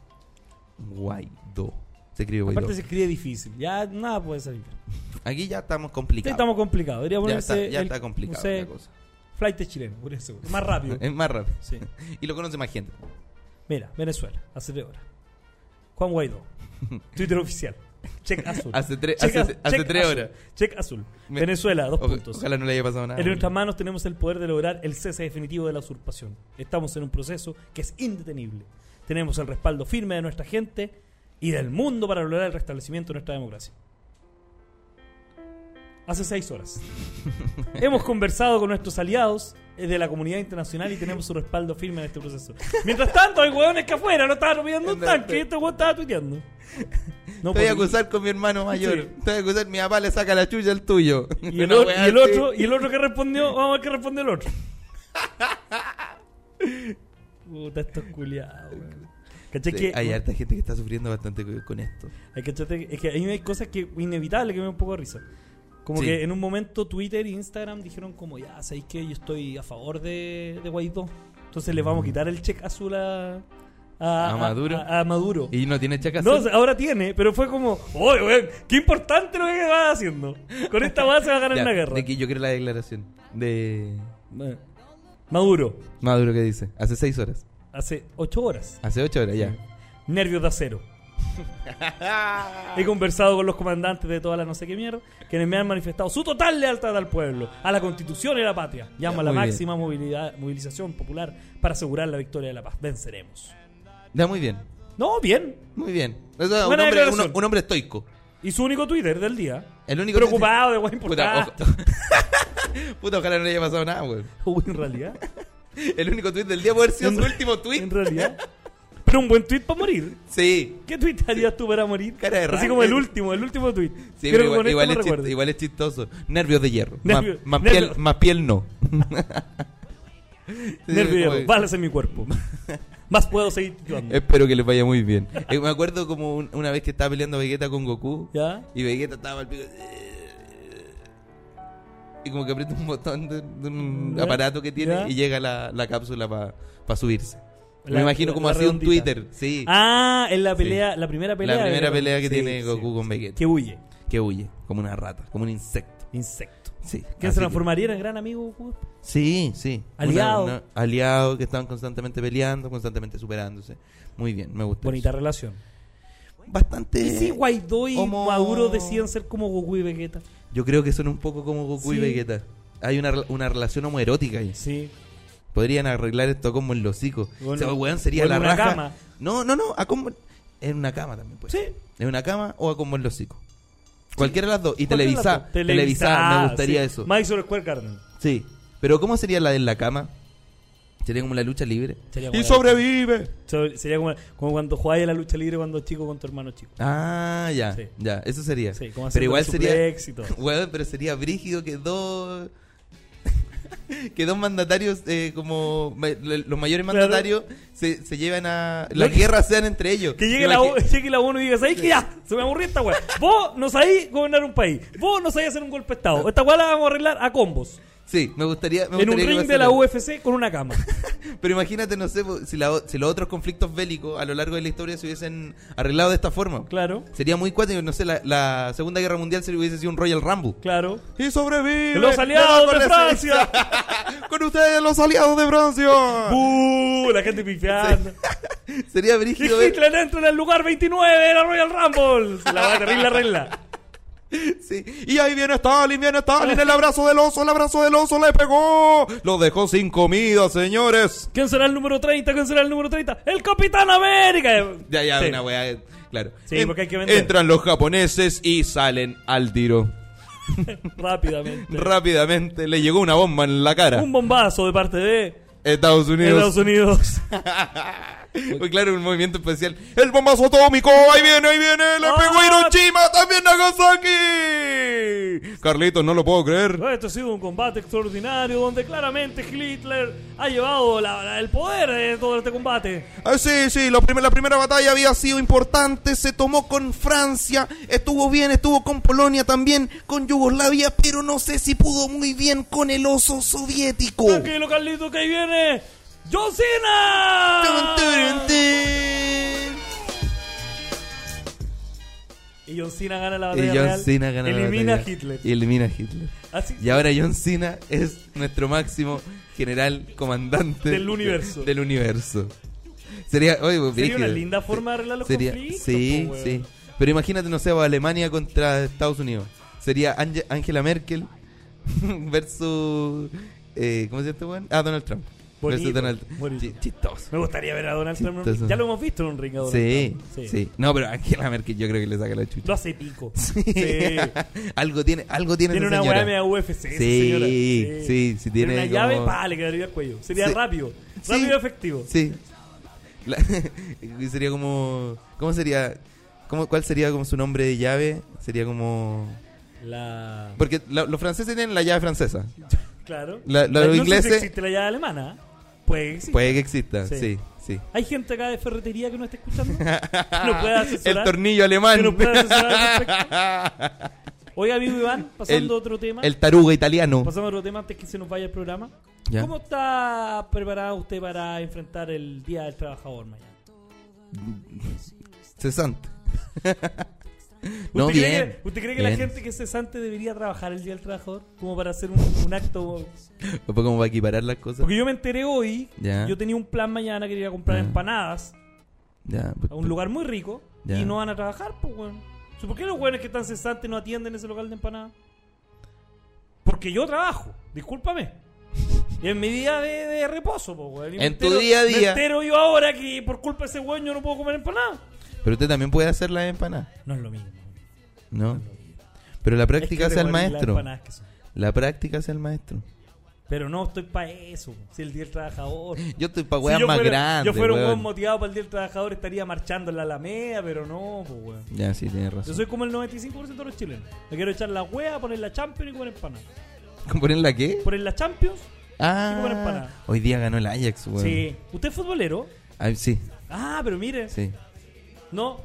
[SPEAKER 2] Guaidó. Se escribe Guaidó.
[SPEAKER 1] Aparte se escribe difícil. Ya nada puede Este salir. bien.
[SPEAKER 2] Aquí ya estamos
[SPEAKER 1] Sí,
[SPEAKER 2] complicados.
[SPEAKER 1] estamos complicados. Debería
[SPEAKER 2] ya
[SPEAKER 1] ponerse.
[SPEAKER 2] está, ya
[SPEAKER 1] el-
[SPEAKER 2] está complicado
[SPEAKER 1] no sé,
[SPEAKER 2] la cosa. Eh.
[SPEAKER 1] Flight de chileno, por eso. güey. Más rápido.
[SPEAKER 2] Es más rápido.
[SPEAKER 1] Sí.
[SPEAKER 2] Y lo conoce más gente.
[SPEAKER 1] Mira, Venezuela, hace tres horas. Juan Guaidó. Twitter oficial. Check azul.
[SPEAKER 2] Hace tres-
[SPEAKER 1] Check
[SPEAKER 2] hace-
[SPEAKER 1] az-
[SPEAKER 2] hace
[SPEAKER 1] check
[SPEAKER 2] tres
[SPEAKER 1] azul.
[SPEAKER 2] horas.
[SPEAKER 1] Check azul.
[SPEAKER 2] Me-
[SPEAKER 1] Venezuela, dos
[SPEAKER 2] Oja-
[SPEAKER 1] puntos.
[SPEAKER 2] Ojalá no le haya pasado nada.
[SPEAKER 1] En nuestras manos tenemos el poder de lograr el cese definitivo de la usurpación. Estamos en un proceso que es indetenible. Tenemos el respaldo firme de nuestra gente y del mundo para lograr el restablecimiento de nuestra democracia. Hace seis horas. Hemos conversado con nuestros aliados eh, de la comunidad internacional y tenemos su respaldo firme en este proceso. Mientras tanto, hay hueones que afuera no estaban pidiendo un tanque y este hueón estaba tuiteando. No,
[SPEAKER 2] Te voy a
[SPEAKER 1] porque-
[SPEAKER 2] acusar con mi hermano mayor.
[SPEAKER 1] Sí.
[SPEAKER 2] Te voy a acusar. Mi papá le saca la chucha al tuyo.
[SPEAKER 1] Y el,
[SPEAKER 2] Una
[SPEAKER 1] o-
[SPEAKER 2] weá
[SPEAKER 1] y el
[SPEAKER 2] así.
[SPEAKER 1] otro, y el otro que respondió, vamos a ver qué responde el otro. Puta, estos culiados, weón. ¿Cachai
[SPEAKER 2] Sí,
[SPEAKER 1] que,
[SPEAKER 2] Hay harta gente que está sufriendo bastante co- con esto.
[SPEAKER 1] hay cachate que- es que a mí hay cosas que inevitable que me da un poco de risa. Como
[SPEAKER 2] Sí.
[SPEAKER 1] que en un momento Twitter e Instagram dijeron como, ya, ¿sabéis que Yo estoy a favor de, de Guaidó. Entonces le vamos a quitar el check azul a...
[SPEAKER 2] ¿A Maduro?
[SPEAKER 1] Mm. a- a Maduro.
[SPEAKER 2] Y no tiene chacas.
[SPEAKER 1] No, o sea, ahora tiene, pero fue como, oye, weón, qué importante lo que va haciendo. Con esta base va a ganar una guerra.
[SPEAKER 2] De que yo quiero la declaración de
[SPEAKER 1] Eh, Maduro,
[SPEAKER 2] Maduro que dice. Hace seis horas.
[SPEAKER 1] hace ocho horas.
[SPEAKER 2] Hace ocho horas ya.
[SPEAKER 1] Nervios de acero. He conversado con los comandantes de todas las no sé qué mierda, quienes me han manifestado su total lealtad al pueblo, a la constitución y a la patria. Llamo a la
[SPEAKER 2] Muy bien.
[SPEAKER 1] máxima movilidad- movilización popular para asegurar la victoria de la paz. Venceremos.
[SPEAKER 2] Ya, muy bien.
[SPEAKER 1] No, bien.
[SPEAKER 2] Muy bien. O sea, un,
[SPEAKER 1] Buena
[SPEAKER 2] hombre,
[SPEAKER 1] declaración.
[SPEAKER 2] un- un hombre estoico.
[SPEAKER 1] Y su único Twitter del día.
[SPEAKER 2] El único
[SPEAKER 1] preocupado de guay
[SPEAKER 2] Puta,
[SPEAKER 1] importante.
[SPEAKER 2] ojo- Puta, ojalá no le haya pasado nada, weón.
[SPEAKER 1] Uy, en realidad.
[SPEAKER 2] El único tweet del día puede haber sido su último tweet.
[SPEAKER 1] En realidad. Pero un buen tweet para morir.
[SPEAKER 2] Sí.
[SPEAKER 1] ¿Qué tweet harías tú para morir?
[SPEAKER 2] Cara de
[SPEAKER 1] Así
[SPEAKER 2] Rangel.
[SPEAKER 1] como el último, el último tweet.
[SPEAKER 2] Sí,
[SPEAKER 1] Quiero
[SPEAKER 2] pero
[SPEAKER 1] que con
[SPEAKER 2] igual,
[SPEAKER 1] esto
[SPEAKER 2] igual
[SPEAKER 1] me
[SPEAKER 2] es chist-
[SPEAKER 1] recuerdes.
[SPEAKER 2] igual es chistoso. Nervios de hierro.
[SPEAKER 1] Nervio-
[SPEAKER 2] más, más
[SPEAKER 1] nervio-
[SPEAKER 2] piel, más piel no. Sí,
[SPEAKER 1] Nervio, de
[SPEAKER 2] como
[SPEAKER 1] hierro,
[SPEAKER 2] que-
[SPEAKER 1] balas en mi cuerpo. Más puedo seguir jugando.
[SPEAKER 2] Espero que les vaya muy bien. Eh, me acuerdo como un- una vez que estaba peleando Vegeta con Goku.
[SPEAKER 1] ¿Ya?
[SPEAKER 2] Y Vegeta estaba al pico. Y como que aprieta un botón de, de un
[SPEAKER 1] Ya,
[SPEAKER 2] aparato que tiene
[SPEAKER 1] ya.
[SPEAKER 2] y llega la, la cápsula para subirse.
[SPEAKER 1] La-
[SPEAKER 2] me imagino
[SPEAKER 1] la-
[SPEAKER 2] como
[SPEAKER 1] la
[SPEAKER 2] hacía un
[SPEAKER 1] redondita.
[SPEAKER 2] Twitter. Sí.
[SPEAKER 1] Ah, es la
[SPEAKER 2] Sí.
[SPEAKER 1] pelea, la primera pelea.
[SPEAKER 2] la primera
[SPEAKER 1] de-
[SPEAKER 2] pelea que
[SPEAKER 1] Sí,
[SPEAKER 2] tiene
[SPEAKER 1] sí,
[SPEAKER 2] Goku con
[SPEAKER 1] sí.
[SPEAKER 2] Vegeta.
[SPEAKER 1] Que huye.
[SPEAKER 2] Que huye, como una rata, como un insecto.
[SPEAKER 1] Insecto.
[SPEAKER 2] Sí.
[SPEAKER 1] Que
[SPEAKER 2] así
[SPEAKER 1] se transformaría en gran amigo Goku.
[SPEAKER 2] Sí, sí.
[SPEAKER 1] Aliado.
[SPEAKER 2] aliado que estaban constantemente peleando, constantemente superándose. Muy bien, me gusta.
[SPEAKER 1] Bonita
[SPEAKER 2] eso.
[SPEAKER 1] relación.
[SPEAKER 2] Bastante.
[SPEAKER 1] ¿Y si Guaidó y
[SPEAKER 2] homo-
[SPEAKER 1] Maduro decían ser como Goku y Vegeta?
[SPEAKER 2] Yo creo que son un poco como Goku y
[SPEAKER 1] Sí.
[SPEAKER 2] Vegeta. Hay una, rela- una relación homoerótica ahí.
[SPEAKER 1] Sí.
[SPEAKER 2] Podrían arreglar esto como en los hocico.
[SPEAKER 1] Bueno,
[SPEAKER 2] o sea, weón, sería
[SPEAKER 1] o en
[SPEAKER 2] la
[SPEAKER 1] una
[SPEAKER 2] raja.
[SPEAKER 1] cama.
[SPEAKER 2] No, no, no. A combo- En una cama también, pues.
[SPEAKER 1] Sí.
[SPEAKER 2] En una cama o a como en los hocico. Cualquiera de las dos. Y
[SPEAKER 1] Cualquier
[SPEAKER 2] televisar.
[SPEAKER 1] dato.
[SPEAKER 2] Televisar,
[SPEAKER 1] Ah,
[SPEAKER 2] me gustaría
[SPEAKER 1] sí.
[SPEAKER 2] eso.
[SPEAKER 1] Madison Square Garden.
[SPEAKER 2] Sí. Pero ¿cómo sería la de en la cama? Sería como la lucha libre.
[SPEAKER 1] Sería
[SPEAKER 2] y
[SPEAKER 1] como la-
[SPEAKER 2] sobrevive.
[SPEAKER 1] So- Sería como, como cuando jugáis a la lucha libre cuando chico con tu hermano chico.
[SPEAKER 2] Ah, ya.
[SPEAKER 1] Sí.
[SPEAKER 2] Ya, eso sería.
[SPEAKER 1] Sí, como
[SPEAKER 2] pero
[SPEAKER 1] haciendo
[SPEAKER 2] igual
[SPEAKER 1] el
[SPEAKER 2] sería.
[SPEAKER 1] suplex y todo.
[SPEAKER 2] Weón, pero sería brígido que dos. que dos mandatarios, eh, como. ma- le- los mayores
[SPEAKER 1] Claro.
[SPEAKER 2] mandatarios, se, se lleven a. Las
[SPEAKER 1] que-
[SPEAKER 2] guerras sean entre ellos.
[SPEAKER 1] Que llegue, la,
[SPEAKER 2] Imagi-
[SPEAKER 1] o- llegue la ONU y diga, ¿sabéis que ya? Se me aburrió esta weá. Vos no sabéis gobernar un país. Vos no sabéis hacer un golpe de Estado. Esta weá la vamos a arreglar a combos.
[SPEAKER 2] Sí, me gustaría. me
[SPEAKER 1] En un
[SPEAKER 2] gustaría que
[SPEAKER 1] ring de la
[SPEAKER 2] pasara.
[SPEAKER 1] UFC con una cama.
[SPEAKER 2] Pero imagínate, no sé, po, si, la o- si los otros conflictos bélicos a lo largo de la historia se hubiesen arreglado de esta forma.
[SPEAKER 1] Claro,
[SPEAKER 2] Sería muy cuático, no sé, la, la Segunda Guerra Mundial se hubiese sido un Royal Rumble.
[SPEAKER 1] claro.
[SPEAKER 2] Y sobrevive.
[SPEAKER 1] Los aliados
[SPEAKER 2] Con
[SPEAKER 1] de
[SPEAKER 2] la
[SPEAKER 1] Francia.
[SPEAKER 2] esencia. Con ustedes, los aliados de Francia.
[SPEAKER 1] ¡Buh! Uh, La gente pifiando.
[SPEAKER 2] Sería
[SPEAKER 1] Y
[SPEAKER 2] brígido ver.
[SPEAKER 1] Hitler entra en el lugar 29 de la Royal Rumble. La va a terrible regla.
[SPEAKER 2] Sí. Y ahí viene Stalin, viene Stalin. El abrazo del oso, el abrazo del oso le pegó. Lo dejó sin comida, señores.
[SPEAKER 1] ¿Quién será el número 30? ¿Quién será el número 30? ¡El Capitán América!
[SPEAKER 2] Ya, ya,
[SPEAKER 1] Sí.
[SPEAKER 2] una weá. eh, Claro.
[SPEAKER 1] Sí, porque hay que vender.
[SPEAKER 2] Entran los japoneses y salen al tiro.
[SPEAKER 1] Rápidamente.
[SPEAKER 2] Rápidamente le llegó una bomba en la cara.
[SPEAKER 1] Un bombazo de parte de
[SPEAKER 2] Estados Unidos.
[SPEAKER 1] Estados Unidos.
[SPEAKER 2] Fue claro, un movimiento especial. ¡El bombazo atómico! ¡Ahí viene, ahí viene! ¡Le
[SPEAKER 1] ¡Ah!
[SPEAKER 2] pegó Hiroshima! ¡También Nagasaki! Carlitos, no lo puedo creer.
[SPEAKER 1] Este ha sido un combate extraordinario donde claramente Hitler ha llevado la- la- el poder de todo este combate.
[SPEAKER 2] Ah, sí, sí, la, prim- la primera batalla había sido importante. Se tomó con Francia. Estuvo bien, estuvo con Polonia también, con Yugoslavia. Pero no sé si pudo muy bien con el oso soviético.
[SPEAKER 1] Tranquilo, Carlito, Ah, que ahí viene John Cena.
[SPEAKER 2] Tun, turun, tun.
[SPEAKER 1] Y John Cena gana la
[SPEAKER 2] Y
[SPEAKER 1] batalla.
[SPEAKER 2] John
[SPEAKER 1] real.
[SPEAKER 2] Cena gana la
[SPEAKER 1] Elimina
[SPEAKER 2] batalla.
[SPEAKER 1] a Hitler.
[SPEAKER 2] Y Elimina a Hitler.
[SPEAKER 1] Así-
[SPEAKER 2] Y ahora John Cena es nuestro máximo general comandante
[SPEAKER 1] Del universo.
[SPEAKER 2] Del universo. Sería, oye, pues,
[SPEAKER 1] Sería
[SPEAKER 2] brígido.
[SPEAKER 1] una linda forma de arreglar los
[SPEAKER 2] Sería-
[SPEAKER 1] conflictos.
[SPEAKER 2] sí,
[SPEAKER 1] po, weón.
[SPEAKER 2] sí. Pero imagínate, no sé, Alemania contra Estados Unidos. Sería Ange- Angela Merkel versus. eh, ¿Cómo se llama este weón? Ah, Donald Trump.
[SPEAKER 1] Bonito,
[SPEAKER 2] versus Donald Trump.
[SPEAKER 1] bonito.
[SPEAKER 2] Chi- Chistoso.
[SPEAKER 1] Me gustaría ver a Donald Trump.
[SPEAKER 2] Chistoso.
[SPEAKER 1] Ya lo hemos visto en un ring a Donald
[SPEAKER 2] Sí,
[SPEAKER 1] Trump.
[SPEAKER 2] sí, No, pero Angela Merkel yo creo que le saca la chucha.
[SPEAKER 1] Lo hace pico.
[SPEAKER 2] Sí.
[SPEAKER 1] Sí.
[SPEAKER 2] algo tiene, algo tiene,
[SPEAKER 1] Tiene
[SPEAKER 2] esa
[SPEAKER 1] una
[SPEAKER 2] señora.
[SPEAKER 1] weá media UFC. esa
[SPEAKER 2] Sí,
[SPEAKER 1] señora.
[SPEAKER 2] sí, sí, tiene
[SPEAKER 1] una
[SPEAKER 2] como-
[SPEAKER 1] llave, pa, le quedaría el cuello. Sería
[SPEAKER 2] Sí.
[SPEAKER 1] rápido.
[SPEAKER 2] Sí.
[SPEAKER 1] Rápido y efectivo.
[SPEAKER 2] Sí. La- sería como ¿Cómo sería? cómo- ¿Cuál sería como su nombre de llave? Sería como
[SPEAKER 1] La.
[SPEAKER 2] porque la- los franceses tienen la llave francesa.
[SPEAKER 1] Claro.
[SPEAKER 2] La- la
[SPEAKER 1] no
[SPEAKER 2] de los
[SPEAKER 1] sé si
[SPEAKER 2] ingleses-
[SPEAKER 1] existe la llave alemana. Pues existe.
[SPEAKER 2] Puede que exista,
[SPEAKER 1] Sí.
[SPEAKER 2] sí, sí.
[SPEAKER 1] Hay gente acá de ferretería que no está escuchando. no Ah, puede asesorar.
[SPEAKER 2] El tornillo alemán.
[SPEAKER 1] que nos pueda asesorar Oiga, amigo Iván, pasando a otro tema.
[SPEAKER 2] El tarugo italiano.
[SPEAKER 1] Pasamos a otro tema antes que se nos vaya el programa.
[SPEAKER 2] Ya.
[SPEAKER 1] ¿Cómo está preparado usted para enfrentar el Día del Trabajador mañana?
[SPEAKER 2] Cesante.
[SPEAKER 1] ¿Usted,
[SPEAKER 2] no,
[SPEAKER 1] cree,
[SPEAKER 2] bien.
[SPEAKER 1] que, usted cree que la
[SPEAKER 2] bien.
[SPEAKER 1] gente que es cesante debería trabajar el Día del Trabajador? Como para hacer un, un acto.
[SPEAKER 2] Un poco como va a equiparar las cosas.
[SPEAKER 1] Porque yo me enteré hoy.
[SPEAKER 2] Ya.
[SPEAKER 1] Yo tenía un plan mañana que quería comprar
[SPEAKER 2] Ah.
[SPEAKER 1] empanadas
[SPEAKER 2] Ya, pues,
[SPEAKER 1] a un lugar muy rico.
[SPEAKER 2] Ya.
[SPEAKER 1] Y no van a trabajar, pues, weón. O sea, ¿Por qué los weones que están cesantes no atienden ese local de empanadas? Porque yo trabajo, discúlpame. Y en mi día de, de reposo, pues, weón. Y me
[SPEAKER 2] En tu
[SPEAKER 1] entero-
[SPEAKER 2] día a
[SPEAKER 1] Me
[SPEAKER 2] día.
[SPEAKER 1] entero yo ahora que por culpa de ese weón yo no puedo comer empanadas.
[SPEAKER 2] Pero usted también puede hacer la empanada,
[SPEAKER 1] No es lo mismo.
[SPEAKER 2] ¿no? Pero la práctica
[SPEAKER 1] Es que
[SPEAKER 2] hace al
[SPEAKER 1] te mueren las
[SPEAKER 2] maestro.
[SPEAKER 1] empanadas que son.
[SPEAKER 2] La práctica hace al maestro.
[SPEAKER 1] Pero no estoy para eso. Si el Día del Trabajador.
[SPEAKER 2] Yo estoy para
[SPEAKER 1] Si
[SPEAKER 2] weas
[SPEAKER 1] yo
[SPEAKER 2] más
[SPEAKER 1] fuera-
[SPEAKER 2] grandes.
[SPEAKER 1] Yo fuera un
[SPEAKER 2] weón.
[SPEAKER 1] buen motivado para el Día del Trabajador, estaría marchando en la Alameda, pero no, pues, weón.
[SPEAKER 2] Ya, sí, tienes
[SPEAKER 1] Yo
[SPEAKER 2] razón.
[SPEAKER 1] soy como el 95% de los chilenos. Me quiero echar la wea, poner la Champions y comer empanada.
[SPEAKER 2] ¿Poner la qué?
[SPEAKER 1] ¿Poner la Champions? Y comer
[SPEAKER 2] Ah,
[SPEAKER 1] empanada.
[SPEAKER 2] hoy día ganó el Ajax, weón.
[SPEAKER 1] Sí. ¿Usted es futbolero?
[SPEAKER 2] Ay, sí,
[SPEAKER 1] Ah, pero mire.
[SPEAKER 2] sí.
[SPEAKER 1] No.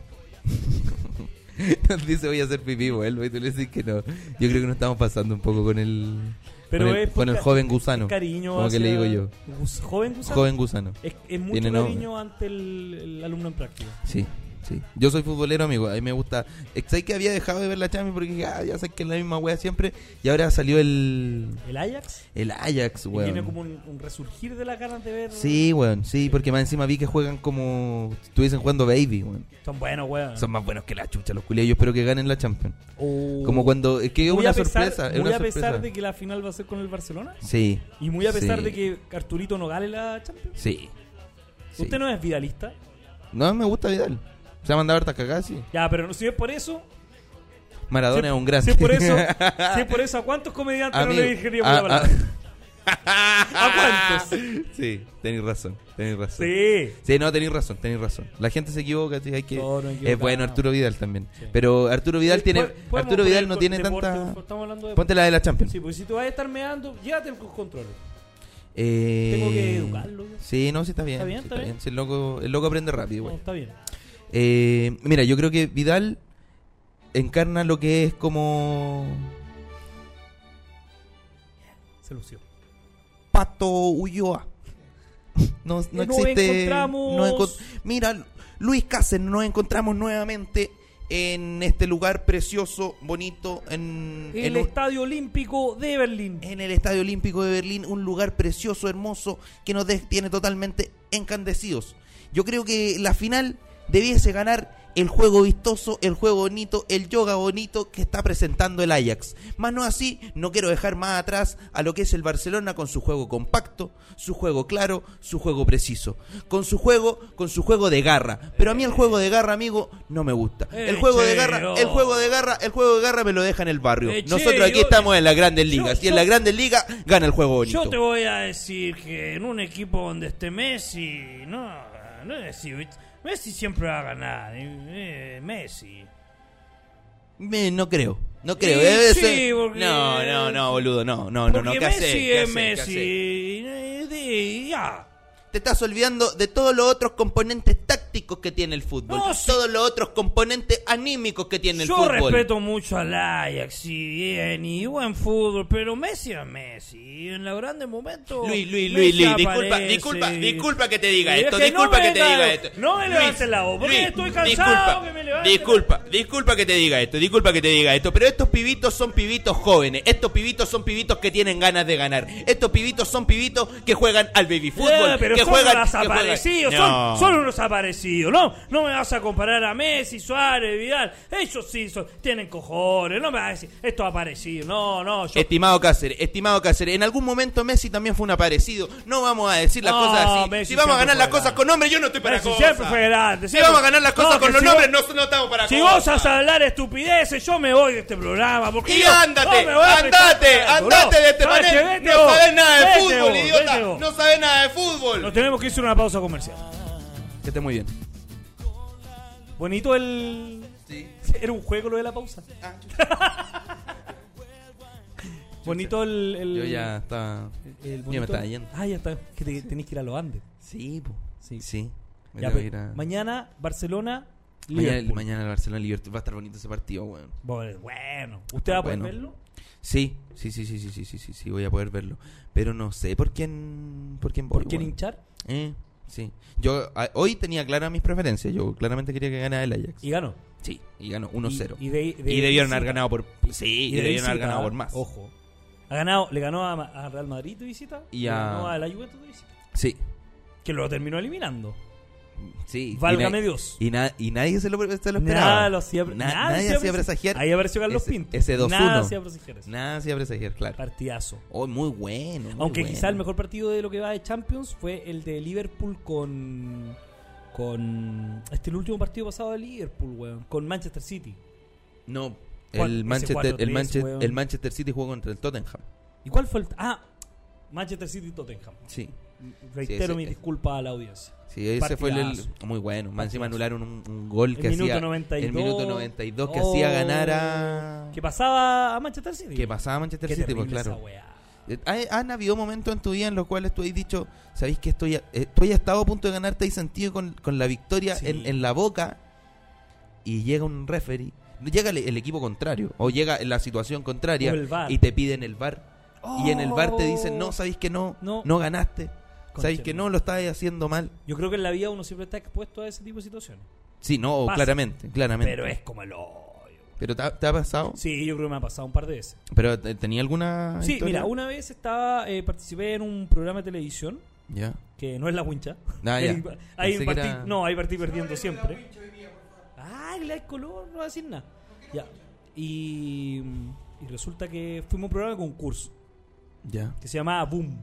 [SPEAKER 2] Dice voy a hacer pipí, vuelvo. Y tú le dices que no. Yo creo que nos estamos pasando un poco con el.
[SPEAKER 1] Pero
[SPEAKER 2] con el,
[SPEAKER 1] es por
[SPEAKER 2] con el
[SPEAKER 1] ca-
[SPEAKER 2] joven gusano.
[SPEAKER 1] Cariño
[SPEAKER 2] Como que le
[SPEAKER 1] hacia-
[SPEAKER 2] digo yo.
[SPEAKER 1] Gus- ¿Joven gusano?
[SPEAKER 2] Joven gusano.
[SPEAKER 1] Es, es mucho
[SPEAKER 2] Tiene nombre.
[SPEAKER 1] cariño ante el, el alumno en práctica.
[SPEAKER 2] Sí, sí. Yo soy futbolero, amigo. A mí me gusta. Eh, ¿Sabes que había dejado de ver la Champions? Porque dije, ah, ya sé que es la misma wea siempre. Y ahora salió el.
[SPEAKER 1] ¿El Ajax?
[SPEAKER 2] El Ajax,
[SPEAKER 1] y
[SPEAKER 2] weón.
[SPEAKER 1] Tiene como un, un resurgir de las ganas de ver.
[SPEAKER 2] Sí, weón. Sí, porque más encima vi que juegan como. si Estuviesen jugando baby, weón.
[SPEAKER 1] Son buenos, weón.
[SPEAKER 2] Son más buenos que la chucha los culiados. Yo espero que ganen la Champions.
[SPEAKER 1] Oh.
[SPEAKER 2] Como cuando. Es que es
[SPEAKER 1] Muy
[SPEAKER 2] una
[SPEAKER 1] a pesar-
[SPEAKER 2] sorpresa. Es
[SPEAKER 1] Muy
[SPEAKER 2] una
[SPEAKER 1] a pesar
[SPEAKER 2] sorpresa.
[SPEAKER 1] de que la final va a ser con el Barcelona.
[SPEAKER 2] Sí.
[SPEAKER 1] Y muy a pesar
[SPEAKER 2] Sí.
[SPEAKER 1] de que Arturito no gane la Champions.
[SPEAKER 2] Sí. Sí.
[SPEAKER 1] Usted no es vidalista.
[SPEAKER 2] No, me gusta Vidal. Se ha mandado harta cagada, sí.
[SPEAKER 1] Ya, pero no- si es por eso.
[SPEAKER 2] Maradona
[SPEAKER 1] si
[SPEAKER 2] es un grande.
[SPEAKER 1] Si es por eso. si es por eso, ¿a cuántos comediantes no le
[SPEAKER 2] Amigo, ah,
[SPEAKER 1] dijería
[SPEAKER 2] a-
[SPEAKER 1] buena palabra? ¿A cuántos?
[SPEAKER 2] Sí, tenéis razón, tenéis razón.
[SPEAKER 1] Sí.
[SPEAKER 2] Sí, no, tenéis razón, tenéis razón. La gente se equivoca, sí, hay que...
[SPEAKER 1] No, no
[SPEAKER 2] es bueno
[SPEAKER 1] equivocamos.
[SPEAKER 2] Arturo Vidal también.
[SPEAKER 1] Sí.
[SPEAKER 2] Pero Arturo Vidal tiene...
[SPEAKER 1] Eh, ¿pod- podemos
[SPEAKER 2] Arturo Vidal no
[SPEAKER 1] poner
[SPEAKER 2] tiene
[SPEAKER 1] deporte, pues,
[SPEAKER 2] tanta...
[SPEAKER 1] Estamos hablando de.
[SPEAKER 2] Ponte la de la Champions.
[SPEAKER 1] Sí, pues si tú vas a estar meando, llévate el control.
[SPEAKER 2] Eh,
[SPEAKER 1] Tengo que educarlo, yo.
[SPEAKER 2] Sí, no, sí, está bien.
[SPEAKER 1] Está bien,
[SPEAKER 2] sí,
[SPEAKER 1] está bien.
[SPEAKER 2] Sí, el, loco, el loco aprende
[SPEAKER 1] No,
[SPEAKER 2] rápido. güey.
[SPEAKER 1] está bien.
[SPEAKER 2] Eh, mira, yo creo que Vidal encarna lo que es como...
[SPEAKER 1] Se lució.
[SPEAKER 2] Pato Ulloa. No, no
[SPEAKER 1] Nos
[SPEAKER 2] existe.
[SPEAKER 1] encontramos-
[SPEAKER 2] no encon- Mira, Luis Cáceres, nos encontramos nuevamente en este lugar precioso, bonito, en,
[SPEAKER 1] El
[SPEAKER 2] en un-
[SPEAKER 1] Estadio Olímpico de Berlín.
[SPEAKER 2] en el Estadio Olímpico de Berlín, un lugar precioso, hermoso, que nos de- tiene totalmente encandecidos. Yo creo que la final debiese ganar el juego vistoso, el juego bonito, el yoga bonito que está presentando el Ajax. Más no así, no quiero dejar más atrás a lo que es el Barcelona con su juego compacto, su juego claro, su juego preciso, con su juego, con su juego de garra. Pero a mí el juego de garra, amigo, no me gusta. El
[SPEAKER 1] Eh,
[SPEAKER 2] juego de
[SPEAKER 1] che,
[SPEAKER 2] garra,
[SPEAKER 1] oh.
[SPEAKER 2] el juego de garra, el juego de garra me lo deja en el barrio.
[SPEAKER 1] Eh, che,
[SPEAKER 2] Nosotros aquí
[SPEAKER 1] yo-
[SPEAKER 2] estamos en las grandes ligas
[SPEAKER 1] yo-
[SPEAKER 2] y en
[SPEAKER 1] yo-
[SPEAKER 2] las grandes ligas gana el juego bonito.
[SPEAKER 1] Yo te voy a decir que en un equipo donde esté Messi, no, no es así. Messi siempre va a ganar. eh, eh, Messi.
[SPEAKER 2] Me- no creo. No creo.
[SPEAKER 1] Eh,
[SPEAKER 2] Debe
[SPEAKER 1] sí,
[SPEAKER 2] ser-
[SPEAKER 1] porque-
[SPEAKER 2] No, no, no, boludo. No, no, no,
[SPEAKER 1] Porque
[SPEAKER 2] no. ¿Qué
[SPEAKER 1] Messi
[SPEAKER 2] haces? ¿Qué
[SPEAKER 1] es
[SPEAKER 2] haces? ¿Qué
[SPEAKER 1] Messi.
[SPEAKER 2] haces?
[SPEAKER 1] eh, de- ya.
[SPEAKER 2] Te estás olvidando de todos los otros componentes tácticos que tiene el fútbol.
[SPEAKER 1] No, sí.
[SPEAKER 2] Todos los otros componentes anímicos que tiene el
[SPEAKER 1] Yo
[SPEAKER 2] fútbol.
[SPEAKER 1] respeto mucho al Ajax y bien y buen fútbol, pero Messi es Messi. Y en los grandes momentos.
[SPEAKER 2] Luis, Luis,
[SPEAKER 1] Messi
[SPEAKER 2] Luis, Luis, disculpa,
[SPEAKER 1] aparece.
[SPEAKER 2] disculpa, disculpa que te diga
[SPEAKER 1] Y es
[SPEAKER 2] esto,
[SPEAKER 1] que no
[SPEAKER 2] disculpa
[SPEAKER 1] me
[SPEAKER 2] que te
[SPEAKER 1] venga-
[SPEAKER 2] diga esto.
[SPEAKER 1] No me
[SPEAKER 2] Luis,
[SPEAKER 1] levantes la voz, porque
[SPEAKER 2] Luis,
[SPEAKER 1] estoy cansado que me levantes la-
[SPEAKER 2] Disculpa, disculpa que te diga esto, disculpa que te diga esto, pero estos pibitos son pibitos jóvenes, estos pibitos son pibitos que tienen ganas de ganar, estos pibitos son pibitos que juegan al baby fútbol,
[SPEAKER 1] Eh, pero
[SPEAKER 2] que
[SPEAKER 1] son
[SPEAKER 2] juegan,
[SPEAKER 1] unos
[SPEAKER 2] que juegan-
[SPEAKER 1] desaparecidos,
[SPEAKER 2] No.
[SPEAKER 1] son, son unos desaparecidos, ¿no? No me vas a comparar a Messi, Suárez, Vidal. Ellos sí son, tienen cojones, no me vas a decir, esto aparecido, no, no, yo...
[SPEAKER 2] Estimado Cáceres, estimado Cáceres, en algún momento Messi también fue un aparecido. No vamos a decir las
[SPEAKER 1] No,
[SPEAKER 2] cosas así.
[SPEAKER 1] Messi
[SPEAKER 2] si vamos a
[SPEAKER 1] siempre
[SPEAKER 2] ganar las
[SPEAKER 1] fue
[SPEAKER 2] cosas
[SPEAKER 1] grande.
[SPEAKER 2] con nombres, yo no estoy para
[SPEAKER 1] Messi
[SPEAKER 2] cosas.
[SPEAKER 1] siempre fue grande.
[SPEAKER 2] Si
[SPEAKER 1] siempre-
[SPEAKER 2] vamos a ganar las
[SPEAKER 1] No,
[SPEAKER 2] cosas
[SPEAKER 1] que
[SPEAKER 2] con los
[SPEAKER 1] si
[SPEAKER 2] nombres,
[SPEAKER 1] vos-
[SPEAKER 2] no, no estamos para
[SPEAKER 1] Si
[SPEAKER 2] cosas.
[SPEAKER 1] vos vas a hablar estupideces, yo me voy de este programa. Porque
[SPEAKER 2] Y
[SPEAKER 1] yo-
[SPEAKER 2] andate,
[SPEAKER 1] no me voy a
[SPEAKER 2] andate,
[SPEAKER 1] prestar tanto,
[SPEAKER 2] andate de este
[SPEAKER 1] ¿Sabes qué?
[SPEAKER 2] panel.
[SPEAKER 1] Vete
[SPEAKER 2] No
[SPEAKER 1] vos,
[SPEAKER 2] sabes nada de
[SPEAKER 1] vete
[SPEAKER 2] fútbol,
[SPEAKER 1] vos, vete
[SPEAKER 2] idiota.
[SPEAKER 1] vos.
[SPEAKER 2] No sabes nada de fútbol.
[SPEAKER 1] Nos tenemos que ir a una pausa comercial.
[SPEAKER 2] Que esté muy bien.
[SPEAKER 1] Bonito el... Era un juego lo de la pausa.
[SPEAKER 2] Ah,
[SPEAKER 1] Bonito el... el-
[SPEAKER 2] Yo ya estaba.
[SPEAKER 1] el
[SPEAKER 2] ya
[SPEAKER 1] bonito-
[SPEAKER 2] me estaba yendo.
[SPEAKER 1] Ah, ya está. Que te- tenés que ir a los Andes.
[SPEAKER 2] Sí, po.
[SPEAKER 1] Sí.
[SPEAKER 2] Sí. Me
[SPEAKER 1] Ya,
[SPEAKER 2] tengo que
[SPEAKER 1] pero
[SPEAKER 2] ir a- Mañana,
[SPEAKER 1] Mañana, Barcelona,
[SPEAKER 2] el-
[SPEAKER 1] Liverpool.
[SPEAKER 2] mañana el Barcelona Liverpool. Va a estar bonito ese partido, weón.
[SPEAKER 1] Bueno, bueno. ¿usted va a poder
[SPEAKER 2] Bueno.
[SPEAKER 1] verlo?
[SPEAKER 2] Sí, sí, sí, sí, sí, sí, sí, sí, sí, voy a poder verlo. Pero no sé por quién. ¿Por quién voy,
[SPEAKER 1] ¿Por quién
[SPEAKER 2] weón.
[SPEAKER 1] hinchar?
[SPEAKER 2] Eh, sí. Yo a- hoy tenía claras mis preferencias. Yo claramente quería que ganara el Ajax.
[SPEAKER 1] Y ganó.
[SPEAKER 2] Sí, y ganó 1-0.
[SPEAKER 1] Y,
[SPEAKER 2] Y,
[SPEAKER 1] de- de-
[SPEAKER 2] debieron haber
[SPEAKER 1] visita.
[SPEAKER 2] ganado por. Sí, y,
[SPEAKER 1] de
[SPEAKER 2] debieron
[SPEAKER 1] visita,
[SPEAKER 2] haber ganado por más.
[SPEAKER 1] Ojo. Ha ganado, le ganó a, Ma- a Real Madrid de visita.
[SPEAKER 2] Y
[SPEAKER 1] le
[SPEAKER 2] a-
[SPEAKER 1] ganó a la Juventus de visita.
[SPEAKER 2] Sí,
[SPEAKER 1] Que lo terminó eliminando.
[SPEAKER 2] sí.
[SPEAKER 1] Válgame
[SPEAKER 2] Y na-
[SPEAKER 1] Dios.
[SPEAKER 2] Y, na- y nadie se lo, se lo esperaba.
[SPEAKER 1] Nada lo hacía,
[SPEAKER 2] Na-
[SPEAKER 1] nada
[SPEAKER 2] nadie
[SPEAKER 1] hacía
[SPEAKER 2] hacía presagiar.
[SPEAKER 1] Ahí apareció Carlos
[SPEAKER 2] ese-
[SPEAKER 1] Pinto.
[SPEAKER 2] ese 2-1.
[SPEAKER 1] Nada hacía presagiar eso.
[SPEAKER 2] Nada hacía presagiar, claro.
[SPEAKER 1] Partidazo.
[SPEAKER 2] Oh, muy bueno. muy
[SPEAKER 1] Aunque
[SPEAKER 2] bueno.
[SPEAKER 1] quizá el mejor partido de lo que va de Champions fue el de Liverpool con. Con. Este el último partido pasado de Liverpool, weón. Con Manchester City.
[SPEAKER 2] No.
[SPEAKER 1] Cuatro-
[SPEAKER 2] El
[SPEAKER 1] ese
[SPEAKER 2] Manchester, el,
[SPEAKER 1] 4-3,
[SPEAKER 2] Manchester,
[SPEAKER 1] weón.
[SPEAKER 2] el Manchester City jugó contra el Tottenham.
[SPEAKER 1] ¿Y cuál fue el.? Ah, Manchester City Tottenham.
[SPEAKER 2] Sí.
[SPEAKER 1] Reitero
[SPEAKER 2] ese-
[SPEAKER 1] mi disculpa a la audiencia.
[SPEAKER 2] Sí, ese fue el,
[SPEAKER 1] Partidazo.
[SPEAKER 2] muy bueno. Más encima anularon un, un gol
[SPEAKER 1] El
[SPEAKER 2] que
[SPEAKER 1] minuto
[SPEAKER 2] hacía
[SPEAKER 1] 92.
[SPEAKER 2] el minuto 92 que
[SPEAKER 1] Oh.
[SPEAKER 2] hacía ganar a
[SPEAKER 1] Que pasaba a Manchester City.
[SPEAKER 2] que pasaba a Manchester
[SPEAKER 1] Qué
[SPEAKER 2] City, pues
[SPEAKER 1] terrible
[SPEAKER 2] claro.
[SPEAKER 1] esa weá.
[SPEAKER 2] Eh, ¿hay- ¿Han habido momentos en tu vida en los cuales tú has dicho, sabéis que estoy, a- eh, estoy a estado a punto de ganarte y sentido con, con la victoria
[SPEAKER 1] Sí.
[SPEAKER 2] en, en la boca y llega un referee, llega el, el equipo contrario o llega la situación contraria
[SPEAKER 1] O el VAR.
[SPEAKER 2] y te piden el bar y en el bar te dicen, no,
[SPEAKER 1] Oh.
[SPEAKER 2] sabéis que no, no,
[SPEAKER 1] No.
[SPEAKER 2] ganaste, sabéis que no, lo estáis haciendo mal.
[SPEAKER 1] Yo creo que en la vida uno siempre está expuesto a ese tipo de situaciones.
[SPEAKER 2] Sí, no, o
[SPEAKER 1] Pasa.
[SPEAKER 2] claramente, claramente.
[SPEAKER 1] Pero es como el hoyo.
[SPEAKER 2] ¿Pero te, ha- te ha pasado?
[SPEAKER 1] Sí, yo creo que me ha pasado un par de veces.
[SPEAKER 2] ¿Pero te- tenía alguna
[SPEAKER 1] Sí,
[SPEAKER 2] Ah, historia?
[SPEAKER 1] mira, una vez estaba eh, participé en un programa de televisión
[SPEAKER 2] Ya.
[SPEAKER 1] que no es la wincha.
[SPEAKER 2] Ah, ya.
[SPEAKER 1] Ahí- ahí
[SPEAKER 2] Pensé que
[SPEAKER 1] partí,
[SPEAKER 2] era-
[SPEAKER 1] No, ahí partí perdiendo siempre. Ah, la de color, no va a decir nada. Ya. Y, mm, y resulta que fuimos a un programa de concurso
[SPEAKER 2] Ya.
[SPEAKER 1] que se llamaba Boom,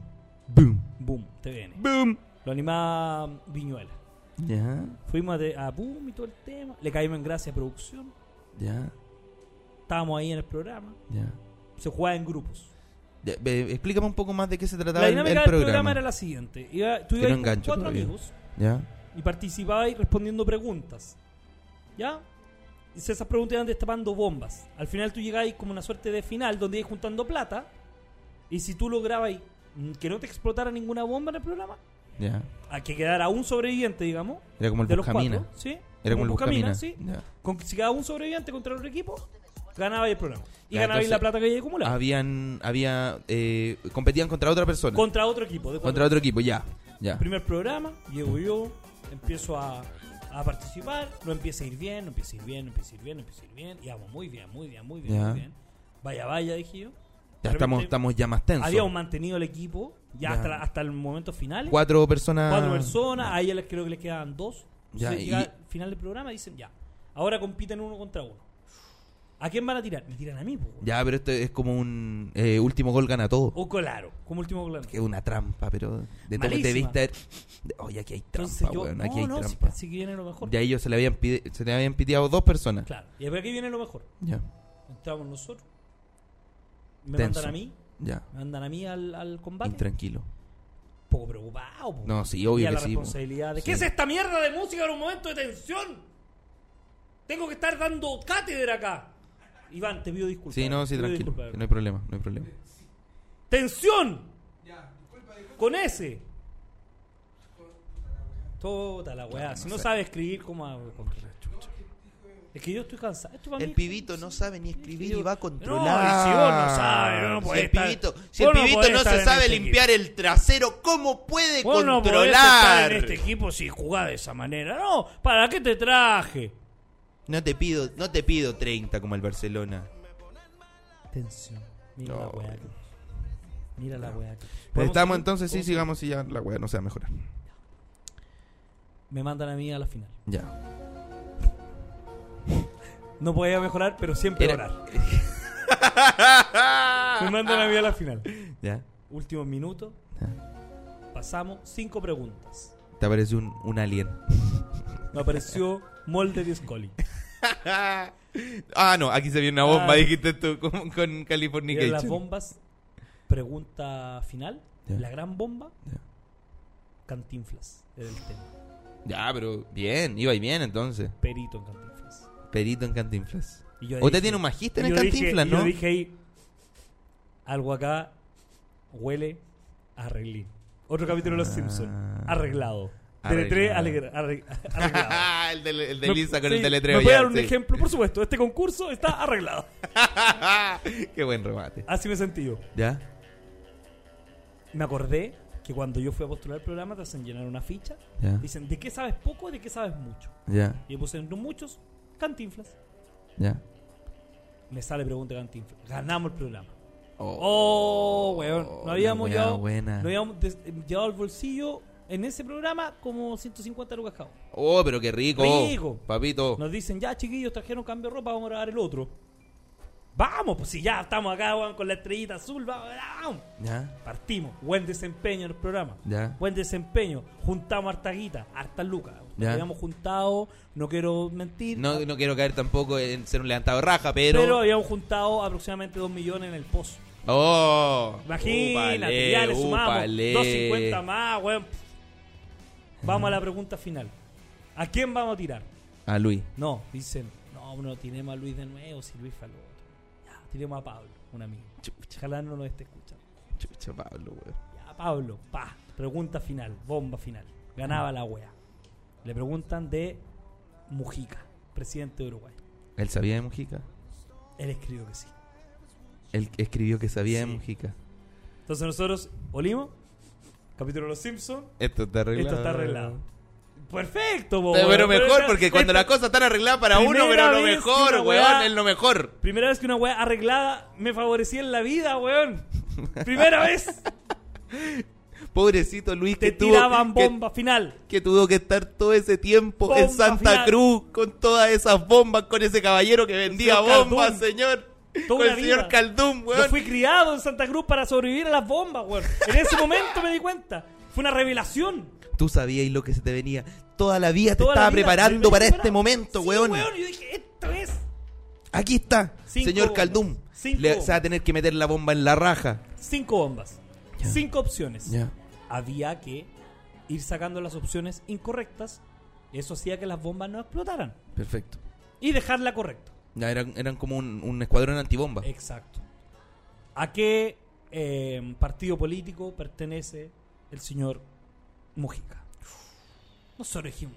[SPEAKER 2] Boom.
[SPEAKER 1] Boom TVN.
[SPEAKER 2] Boom.
[SPEAKER 1] Lo animaba Viñuela.
[SPEAKER 2] Ya.
[SPEAKER 1] Fuimos a, te- a Boom y todo el tema. Le caímos en gracia a producción.
[SPEAKER 2] Ya.
[SPEAKER 1] Estábamos ahí en el programa.
[SPEAKER 2] Ya.
[SPEAKER 1] Se jugaba en grupos.
[SPEAKER 2] Ya, ve, explícame un poco más de qué se trataba
[SPEAKER 1] La
[SPEAKER 2] el,
[SPEAKER 1] dinámica
[SPEAKER 2] el
[SPEAKER 1] del
[SPEAKER 2] programa.
[SPEAKER 1] programa. era la siguiente. Iba, tú
[SPEAKER 2] Que
[SPEAKER 1] ibas
[SPEAKER 2] no
[SPEAKER 1] con
[SPEAKER 2] engancho
[SPEAKER 1] cuatro
[SPEAKER 2] todavía.
[SPEAKER 1] amigos
[SPEAKER 2] Ya.
[SPEAKER 1] y participabais respondiendo preguntas. ¿Ya? Y si esas preguntas iban destapando bombas. Al final tú llegabas como una suerte de final donde ibas juntando plata. Y si tú lograbas mm, que no te explotara ninguna bomba en el programa,
[SPEAKER 2] Ya.
[SPEAKER 1] a que quedara un sobreviviente, digamos,
[SPEAKER 2] Era como el
[SPEAKER 1] de los
[SPEAKER 2] Buscamina.
[SPEAKER 1] cuatro, ¿sí?
[SPEAKER 2] Era como el
[SPEAKER 1] Buscamina,
[SPEAKER 2] Buscamina.
[SPEAKER 1] sí.
[SPEAKER 2] Ya.
[SPEAKER 1] Con, si quedaba un sobreviviente contra el otro equipo, ganabais el programa. Y
[SPEAKER 2] Ya,
[SPEAKER 1] ganabais
[SPEAKER 2] entonces,
[SPEAKER 1] la plata que había acumulado.
[SPEAKER 2] Habían, había, eh, competían contra otra persona.
[SPEAKER 1] Contra otro equipo. De cuatro
[SPEAKER 2] Contra otro equipo, ya. Ya.
[SPEAKER 1] Primer programa, llego yo, empiezo a, a participar, no empieza a ir bien, no empieza a ir bien, no empieza a ir bien, no empieza a ir bien, y vamos muy bien, muy bien, muy bien,
[SPEAKER 2] Ya.
[SPEAKER 1] muy bien. Vaya, vaya, dije yo.
[SPEAKER 2] Ya
[SPEAKER 1] De
[SPEAKER 2] estamos,
[SPEAKER 1] repente,
[SPEAKER 2] estamos ya más tensos.
[SPEAKER 1] Habíamos mantenido el equipo ya,
[SPEAKER 2] Ya.
[SPEAKER 1] Hasta, la- hasta el momento final. Cuatro,
[SPEAKER 2] Cuatro personas.
[SPEAKER 1] personas, a ella les- creo que les quedaban dos.
[SPEAKER 2] Ah. Ya,
[SPEAKER 1] Entonces
[SPEAKER 2] y-
[SPEAKER 1] llega al final del programa y dicen, ya, ahora compiten uno contra uno. ¿A quién van a tirar? Me tiran a mí, po.
[SPEAKER 2] Ya, pero esto es como un eh, último gol gana todo.
[SPEAKER 1] O claro, como último claro.
[SPEAKER 2] que es una trampa, pero de todo
[SPEAKER 1] Malísima.
[SPEAKER 2] debiste haber- de- Oye, aquí hay trampa,
[SPEAKER 1] Entonces yo,
[SPEAKER 2] weón,
[SPEAKER 1] no,
[SPEAKER 2] aquí hay
[SPEAKER 1] no, si
[SPEAKER 2] trampa.
[SPEAKER 1] pensé que viene lo mejor.
[SPEAKER 2] Ya ellos se le habían pide- se le habían piteado dos personas.
[SPEAKER 1] Claro, y aquí viene lo mejor.
[SPEAKER 2] Ya.
[SPEAKER 1] Entramos nosotros. Me
[SPEAKER 2] Tenso.
[SPEAKER 1] mandan a mí.
[SPEAKER 2] Ya.
[SPEAKER 1] Me mandan a mí al, al combate.
[SPEAKER 2] Intranquilo.
[SPEAKER 1] poco preocupado. po.
[SPEAKER 2] No, sí, obvio
[SPEAKER 1] Y a
[SPEAKER 2] que
[SPEAKER 1] la
[SPEAKER 2] sí, po.
[SPEAKER 1] responsabilidad de-
[SPEAKER 2] Sí.
[SPEAKER 1] ¿Qué es esta mierda de música en un momento de tensión? Tengo que estar dando cátedra acá. Iván, te pido disculpas.
[SPEAKER 2] Sí, no, sí,
[SPEAKER 1] Te pido
[SPEAKER 2] tranquilo.
[SPEAKER 1] disculpas.
[SPEAKER 2] que No hay problema, no hay problema.
[SPEAKER 1] ¡Tensión! Con ese. Toda la weá. si no sabe escribir, como a- con la chucha. Es que yo estoy cansado. Esto para mí-
[SPEAKER 2] no sabe ni escribir
[SPEAKER 1] y va a controlar. No, y si vos no sabes, no
[SPEAKER 2] Si
[SPEAKER 1] podés
[SPEAKER 2] el
[SPEAKER 1] estar-
[SPEAKER 2] pibito, si
[SPEAKER 1] vos no
[SPEAKER 2] el pibito
[SPEAKER 1] podés
[SPEAKER 2] no
[SPEAKER 1] estar
[SPEAKER 2] se
[SPEAKER 1] en
[SPEAKER 2] sabe
[SPEAKER 1] este
[SPEAKER 2] limpiar el trasero, ¿cómo puede
[SPEAKER 1] Vos no podés estar
[SPEAKER 2] controlar?
[SPEAKER 1] en este equipo si jugás de esa manera. No, ¿para qué te traje?
[SPEAKER 2] No te pido, no te pido 30 como el Barcelona.
[SPEAKER 1] Tensión. Mira
[SPEAKER 2] No.
[SPEAKER 1] la weá. que- Mira la weá. que-
[SPEAKER 2] Pero
[SPEAKER 1] ¿Podemos
[SPEAKER 2] Pues estamos
[SPEAKER 1] seguir?
[SPEAKER 2] entonces, sí,
[SPEAKER 1] ¿Podemos
[SPEAKER 2] sigamos y ya la weá no se va a mejorar.
[SPEAKER 1] seguir? Me mandan a mí a la final.
[SPEAKER 2] Ya.
[SPEAKER 1] No podía mejorar, pero siempre orar.
[SPEAKER 2] Era...
[SPEAKER 1] Me mandan a mí a la final.
[SPEAKER 2] ya.
[SPEAKER 1] Últimos minutos. Pasamos cinco preguntas.
[SPEAKER 2] Te aparece un, un alien.
[SPEAKER 1] Me apareció Molde de Scully.
[SPEAKER 2] ah, no, aquí se viene una bomba,
[SPEAKER 1] Ah.
[SPEAKER 2] dijiste tú, con, con
[SPEAKER 1] Mira las
[SPEAKER 2] Californication.
[SPEAKER 1] bombas. Pregunta final.
[SPEAKER 2] Ya.
[SPEAKER 1] La gran bomba.
[SPEAKER 2] Ya.
[SPEAKER 1] Cantinflas. Era el tema.
[SPEAKER 2] Ya, pero bien, iba y bien entonces.
[SPEAKER 1] Perito en Cantinflas.
[SPEAKER 2] Perito en Cantinflas.
[SPEAKER 1] Y yo
[SPEAKER 2] Usted
[SPEAKER 1] dije-
[SPEAKER 2] tiene un magíster en
[SPEAKER 1] yo dije-
[SPEAKER 2] Cantinflas, ¿no?
[SPEAKER 1] Yo dije ahí, algo acá huele a arreglín. Otro capítulo de Los Simpsons. Arreglado. Tele3
[SPEAKER 2] Ah. Arreglado.
[SPEAKER 1] alegra- arre- arreglado.
[SPEAKER 2] el de, el de
[SPEAKER 1] No,
[SPEAKER 2] Lisa con
[SPEAKER 1] sí,
[SPEAKER 2] el teletreo.
[SPEAKER 1] Me voy a
[SPEAKER 2] ya,
[SPEAKER 1] dar un
[SPEAKER 2] sí.
[SPEAKER 1] ejemplo, por supuesto. Este concurso está arreglado.
[SPEAKER 2] Qué buen remate.
[SPEAKER 1] Así me sentí yo.
[SPEAKER 2] ¿Ya?
[SPEAKER 1] Me acordé que cuando yo fui a postular el programa te hacen llenar una ficha.
[SPEAKER 2] Ya.
[SPEAKER 1] Dicen, ¿de qué sabes poco y de qué sabes mucho?
[SPEAKER 2] Ya,
[SPEAKER 1] Y yo puse, no muchos, cantinflas.
[SPEAKER 2] ya.
[SPEAKER 1] Me sale pregunta de cantinflas. Ganamos el programa.
[SPEAKER 2] Oh,
[SPEAKER 1] Oh, weón. No
[SPEAKER 2] la
[SPEAKER 1] habíamos
[SPEAKER 2] weá
[SPEAKER 1] llevado,
[SPEAKER 2] buena.
[SPEAKER 1] no habíamos des- eh, llevado al bolsillo en ese programa como 150 lucas cada uno.
[SPEAKER 2] Oh, pero qué rico.
[SPEAKER 1] Rico.
[SPEAKER 2] Papito.
[SPEAKER 1] Nos dicen, ya chiquillos, trajeron cambio de ropa, vamos a grabar el otro. Vamos, pues si ya estamos acá, weón, con la estrellita azul, vamos, vamos.
[SPEAKER 2] Ya,
[SPEAKER 1] Partimos. Buen desempeño en el programa.
[SPEAKER 2] Ya.
[SPEAKER 1] Buen desempeño. Juntamos harta guita, harta lucas.
[SPEAKER 2] Ya.
[SPEAKER 1] Habíamos juntado, no quiero mentir. ah,
[SPEAKER 2] No, no quiero caer tampoco en ser un levantado de raja, pero.
[SPEAKER 1] pero... habíamos juntado aproximadamente 2 millones en el pozo.
[SPEAKER 2] Oh.
[SPEAKER 1] Imagínate,
[SPEAKER 2] Úpale,
[SPEAKER 1] ya le sumamos
[SPEAKER 2] úpale.
[SPEAKER 1] 250 más, weón. Vamos a la pregunta final. ¿A quién vamos a tirar?
[SPEAKER 2] A Ah, Luis.
[SPEAKER 1] No, dicen, no, no tiremos a Luis de nuevo, si Luis fue al otro. Ya, tiremos a Pablo, un amigo. Ojalá no nos esté escuchando.
[SPEAKER 2] Chucha, Pablo, weón.
[SPEAKER 1] Ya, Pablo, pa, pregunta final, bomba final. Ganaba la wea. Le preguntan de Mujica, presidente de Uruguay.
[SPEAKER 2] ¿Él sabía de Mujica?
[SPEAKER 1] Él escribió que sí.
[SPEAKER 2] Él escribió que sabía de
[SPEAKER 1] Sí.
[SPEAKER 2] Mujica.
[SPEAKER 1] Entonces nosotros, olimos, capítulo de los Simpsons,
[SPEAKER 2] Esto está arreglado.
[SPEAKER 1] esto está arreglado. Perfecto, po,
[SPEAKER 2] Pero,
[SPEAKER 1] weón.
[SPEAKER 2] mejor,
[SPEAKER 1] esta-
[SPEAKER 2] porque cuando
[SPEAKER 1] esta-
[SPEAKER 2] las cosas están arregladas para uno,
[SPEAKER 1] Primera
[SPEAKER 2] pero lo
[SPEAKER 1] vez que
[SPEAKER 2] mejor,
[SPEAKER 1] una
[SPEAKER 2] weón,
[SPEAKER 1] weá-
[SPEAKER 2] es lo mejor.
[SPEAKER 1] Primera vez que una wea arreglada me favorecía en la vida, weón. Primera vez
[SPEAKER 2] Pobrecito Luis
[SPEAKER 1] te
[SPEAKER 2] que tuvo
[SPEAKER 1] tiraban
[SPEAKER 2] que-
[SPEAKER 1] bomba final.
[SPEAKER 2] que tuvo que estar todo ese tiempo en
[SPEAKER 1] Bomba
[SPEAKER 2] Santa
[SPEAKER 1] final.
[SPEAKER 2] Cruz con todas esas bombas, con ese caballero que vendía
[SPEAKER 1] señor Caldún.
[SPEAKER 2] bombas, señor.
[SPEAKER 1] Toda
[SPEAKER 2] con el
[SPEAKER 1] una
[SPEAKER 2] señor
[SPEAKER 1] vida.
[SPEAKER 2] Caldún,
[SPEAKER 1] Yo
[SPEAKER 2] weón.
[SPEAKER 1] fui criado en Santa Cruz para sobrevivir a las bombas, weón. En ese momento me di cuenta. Fue una revelación.
[SPEAKER 2] Tú sabías lo que se te venía. Toda la vida te
[SPEAKER 1] Toda la
[SPEAKER 2] estaba
[SPEAKER 1] vida.
[SPEAKER 2] preparando
[SPEAKER 1] Me
[SPEAKER 2] para
[SPEAKER 1] preparaba.
[SPEAKER 2] este momento,
[SPEAKER 1] Sí,
[SPEAKER 2] weón.
[SPEAKER 1] Yo dije, esto es.
[SPEAKER 2] Aquí está,
[SPEAKER 1] Cinco
[SPEAKER 2] señor
[SPEAKER 1] bombas.
[SPEAKER 2] Caldún.
[SPEAKER 1] Cinco
[SPEAKER 2] Le,
[SPEAKER 1] bombas.
[SPEAKER 2] se va a tener que meter la bomba en la raja.
[SPEAKER 1] Cinco bombas.
[SPEAKER 2] Ya.
[SPEAKER 1] Cinco opciones.
[SPEAKER 2] Ya.
[SPEAKER 1] Había que ir sacando las opciones incorrectas. Eso hacía que las bombas no explotaran.
[SPEAKER 2] Perfecto.
[SPEAKER 1] Y dejarla correcta.
[SPEAKER 2] Ya, eran, eran como un, un escuadrón antibomba.
[SPEAKER 1] Exacto. ¿A qué eh, partido político pertenece el señor Mujica? Nosotros dijimos.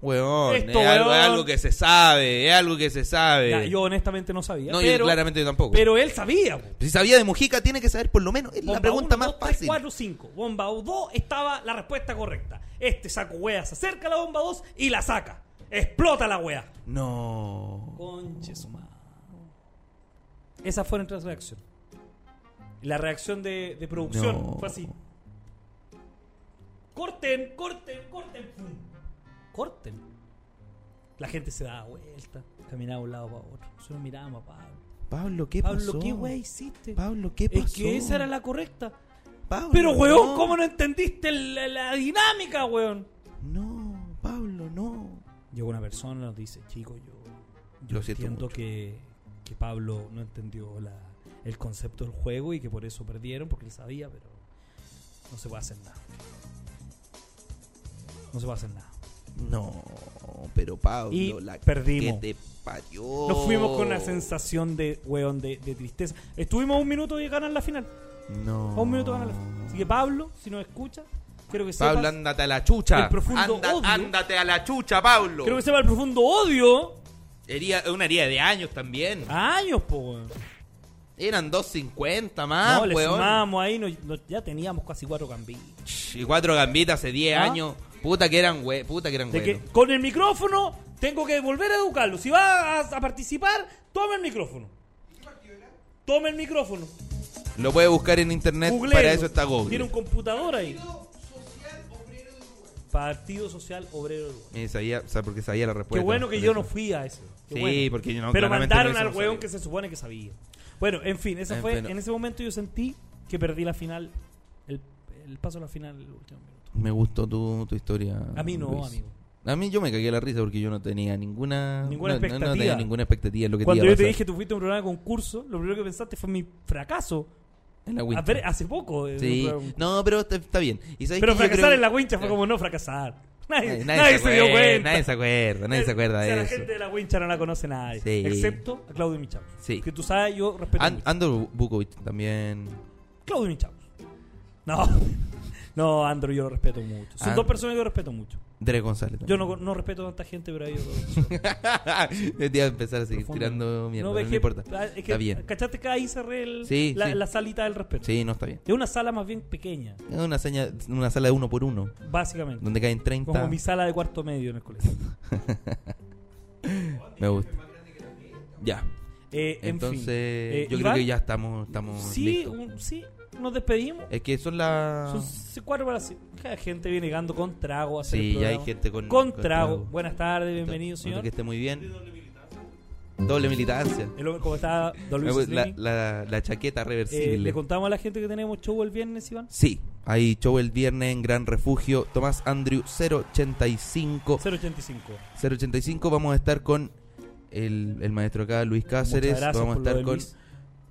[SPEAKER 2] Weón,
[SPEAKER 1] Esto,
[SPEAKER 2] es, Algo, es
[SPEAKER 1] weón.
[SPEAKER 2] algo que se sabe, es algo que se sabe.
[SPEAKER 1] Ya, yo honestamente no sabía.
[SPEAKER 2] Eh. no,
[SPEAKER 1] pero,
[SPEAKER 2] yo claramente yo tampoco.
[SPEAKER 1] pero él sabía. po.
[SPEAKER 2] si sabía de Mujica, tiene que saber por lo menos. Es la
[SPEAKER 1] Bomba
[SPEAKER 2] pregunta
[SPEAKER 1] uno,
[SPEAKER 2] más
[SPEAKER 1] dos, tres,
[SPEAKER 2] fácil.
[SPEAKER 1] cuatro, cinco. Bomba 2 estaba la respuesta correcta. Este saco wea se acerca a la bomba 2 y la saca. Explota la wea.
[SPEAKER 2] No.
[SPEAKER 1] Conche su madre. Esa fue nuestra reacción. La reacción de, de producción
[SPEAKER 2] No.
[SPEAKER 1] fue así. Corten, corten, corten. Pum. Corten. La gente se daba vuelta, caminaba de un lado para otro. Nosotros mirábamos a Pablo.
[SPEAKER 2] Pablo, ¿qué
[SPEAKER 1] Pablo,
[SPEAKER 2] pasó?
[SPEAKER 1] ¿qué wea hiciste?
[SPEAKER 2] Pablo, ¿qué pasó?
[SPEAKER 1] es que esa era la correcta.
[SPEAKER 2] Pablo,
[SPEAKER 1] Pero, weón,
[SPEAKER 2] no.
[SPEAKER 1] ¿cómo no entendiste la, la dinámica, weón?
[SPEAKER 2] No, Pablo, no.
[SPEAKER 1] Llegó una persona y nos dice, chico, yo, yo
[SPEAKER 2] Lo siento
[SPEAKER 1] entiendo
[SPEAKER 2] mucho.
[SPEAKER 1] que, que Pablo no entendió la, el concepto del juego y que por eso perdieron, porque él sabía, pero no se puede hacer nada. No se puede hacer nada.
[SPEAKER 2] No, pero Pablo,
[SPEAKER 1] Y
[SPEAKER 2] la
[SPEAKER 1] perdimos.
[SPEAKER 2] que te parió.
[SPEAKER 1] Nos fuimos con una sensación de, weón, de, de tristeza. Estuvimos a un minuto de ganar la final.
[SPEAKER 2] No.
[SPEAKER 1] A un minuto de ganar la final. Así que Pablo, si nos escucha, quiero que sepas...
[SPEAKER 2] Pablo, ándate a la chucha.
[SPEAKER 1] El profundo
[SPEAKER 2] Anda-
[SPEAKER 1] odio.
[SPEAKER 2] Ándate a la chucha, Pablo.
[SPEAKER 1] Quiero que sepa el profundo odio
[SPEAKER 2] Hería- una herida de años también.
[SPEAKER 1] a años, po, weón.
[SPEAKER 2] Eran 2.50 más,
[SPEAKER 1] no, le
[SPEAKER 2] Ah, weón.
[SPEAKER 1] sumábamos ahí, nos- nos- ya teníamos casi cuatro cambios.
[SPEAKER 2] Ch, Y cuatro gambitas hace 10
[SPEAKER 1] ¿Ah?
[SPEAKER 2] años. Puta que eran, we, puta que eran
[SPEAKER 1] De que
[SPEAKER 2] buenos.
[SPEAKER 1] con el micrófono tengo que volver a educarlo. Si va a, a participar, toma el micrófono. Toma el micrófono.
[SPEAKER 2] Lo puede buscar en internet,
[SPEAKER 1] Google.
[SPEAKER 2] Eh, para eso está Google.
[SPEAKER 1] Tiene un computador ahí. Partido Social Obrero de Uruguay.
[SPEAKER 2] Y Eh, sabía, o sea, porque sabía la
[SPEAKER 1] Qué
[SPEAKER 2] respuesta.
[SPEAKER 1] bueno que
[SPEAKER 2] por
[SPEAKER 1] yo
[SPEAKER 2] eso.
[SPEAKER 1] no fui a ese. Qué
[SPEAKER 2] Sí,
[SPEAKER 1] bueno.
[SPEAKER 2] porque yo no-
[SPEAKER 1] Pero
[SPEAKER 2] claramente
[SPEAKER 1] mandaron
[SPEAKER 2] no hice,
[SPEAKER 1] al
[SPEAKER 2] no
[SPEAKER 1] huevón
[SPEAKER 2] sabía.
[SPEAKER 1] que se supone que sabía. Bueno, en fin, esa
[SPEAKER 2] En
[SPEAKER 1] fue.
[SPEAKER 2] fin.
[SPEAKER 1] En ese momento yo sentí que perdí la final. El, el paso a la final, el último minuto.
[SPEAKER 2] Me gustó tu, tu historia.
[SPEAKER 1] A mí no,
[SPEAKER 2] Luis.
[SPEAKER 1] amigo.
[SPEAKER 2] A mí yo me cagué la risa porque yo no tenía ninguna.
[SPEAKER 1] Ninguna
[SPEAKER 2] no- no- No, tenía
[SPEAKER 1] expectativa.
[SPEAKER 2] ninguna expectativa. en Lo que
[SPEAKER 1] Cuando
[SPEAKER 2] iba a
[SPEAKER 1] yo te
[SPEAKER 2] pasar
[SPEAKER 1] dije que tú fuiste a un programa de concurso, lo primero que pensaste fue mi fracaso.
[SPEAKER 2] En la
[SPEAKER 1] A
[SPEAKER 2] Winter.
[SPEAKER 1] ver, hace poco. eh,
[SPEAKER 2] Sí.
[SPEAKER 1] un-
[SPEAKER 2] No, pero está, está bien. ¿Y sabes
[SPEAKER 1] pero
[SPEAKER 2] qué? Yo
[SPEAKER 1] fracasar
[SPEAKER 2] creo-
[SPEAKER 1] en la wincha fue como no fracasar. Nadie,
[SPEAKER 2] Nadie,
[SPEAKER 1] nadie se, dio
[SPEAKER 2] acuerda,
[SPEAKER 1] cuenta.
[SPEAKER 2] Nadie se acuerda, nadie se acuerda
[SPEAKER 1] O sea,
[SPEAKER 2] de
[SPEAKER 1] La
[SPEAKER 2] eso.
[SPEAKER 1] gente de la wincha no la conoce nadie.
[SPEAKER 2] Sí.
[SPEAKER 1] Excepto a Claudio Michau.
[SPEAKER 2] Sí.
[SPEAKER 1] Que tú sabes, yo respeto
[SPEAKER 2] An-
[SPEAKER 1] mucho.
[SPEAKER 2] Andor Bukovic también.
[SPEAKER 1] Claudio Michau. No. No, Andrew, yo lo respeto mucho. Son
[SPEAKER 2] And-
[SPEAKER 1] dos personas que yo respeto mucho.
[SPEAKER 2] Dere González también.
[SPEAKER 1] Yo no, no respeto a tanta gente, pero a ellos los-
[SPEAKER 2] Yo te iba a empezar a seguir tirando mierda, no,
[SPEAKER 1] es que-
[SPEAKER 2] importa.
[SPEAKER 1] ah, Es que,
[SPEAKER 2] Está bien.
[SPEAKER 1] ¿Cachaste que ahí cerré el-
[SPEAKER 2] Sí,
[SPEAKER 1] la,
[SPEAKER 2] sí.
[SPEAKER 1] la salita del respeto?
[SPEAKER 2] Sí, no está bien.
[SPEAKER 1] Es una sala más bien pequeña,
[SPEAKER 2] Es una, seña, una sala de uno por uno,
[SPEAKER 1] básicamente.
[SPEAKER 2] donde caen 30.
[SPEAKER 1] Como mi sala de cuarto medio en el colegio.
[SPEAKER 2] Me gusta. Ya.
[SPEAKER 1] Eh, en fin.
[SPEAKER 2] Entonces,
[SPEAKER 1] Eh,
[SPEAKER 2] yo
[SPEAKER 1] Iván,
[SPEAKER 2] creo que ya estamos, estamos
[SPEAKER 1] Sí,
[SPEAKER 2] listos. Ah.
[SPEAKER 1] un- sí, nos despedimos.
[SPEAKER 2] Es que son las...
[SPEAKER 1] Son c- cuatro para las cinco. La gente viene llegando con trago a hacer el
[SPEAKER 2] Sí, ya hay
[SPEAKER 1] programa.
[SPEAKER 2] gente con...
[SPEAKER 1] Con trago. Buenas tardes, bienvenido,
[SPEAKER 2] Espero
[SPEAKER 1] señor.
[SPEAKER 2] Que esté muy bien. Doble militancia.
[SPEAKER 1] El hombre, ¿Cómo está Don Luis
[SPEAKER 2] Me- La,
[SPEAKER 1] Slimming?
[SPEAKER 2] la- la chaqueta
[SPEAKER 1] Eh,
[SPEAKER 2] reversible.
[SPEAKER 1] Le contamos a la gente que tenemos show el viernes, Iván.
[SPEAKER 2] Sí, hay show el viernes en Gran Refugio. Tomás Andrew 085.
[SPEAKER 1] 085.
[SPEAKER 2] 085 vamos a estar con el, el maestro acá, Luis
[SPEAKER 1] Muchas
[SPEAKER 2] Cáceres.
[SPEAKER 1] gracias por
[SPEAKER 2] Vamos a
[SPEAKER 1] lo
[SPEAKER 2] estar
[SPEAKER 1] de
[SPEAKER 2] con
[SPEAKER 1] Luis.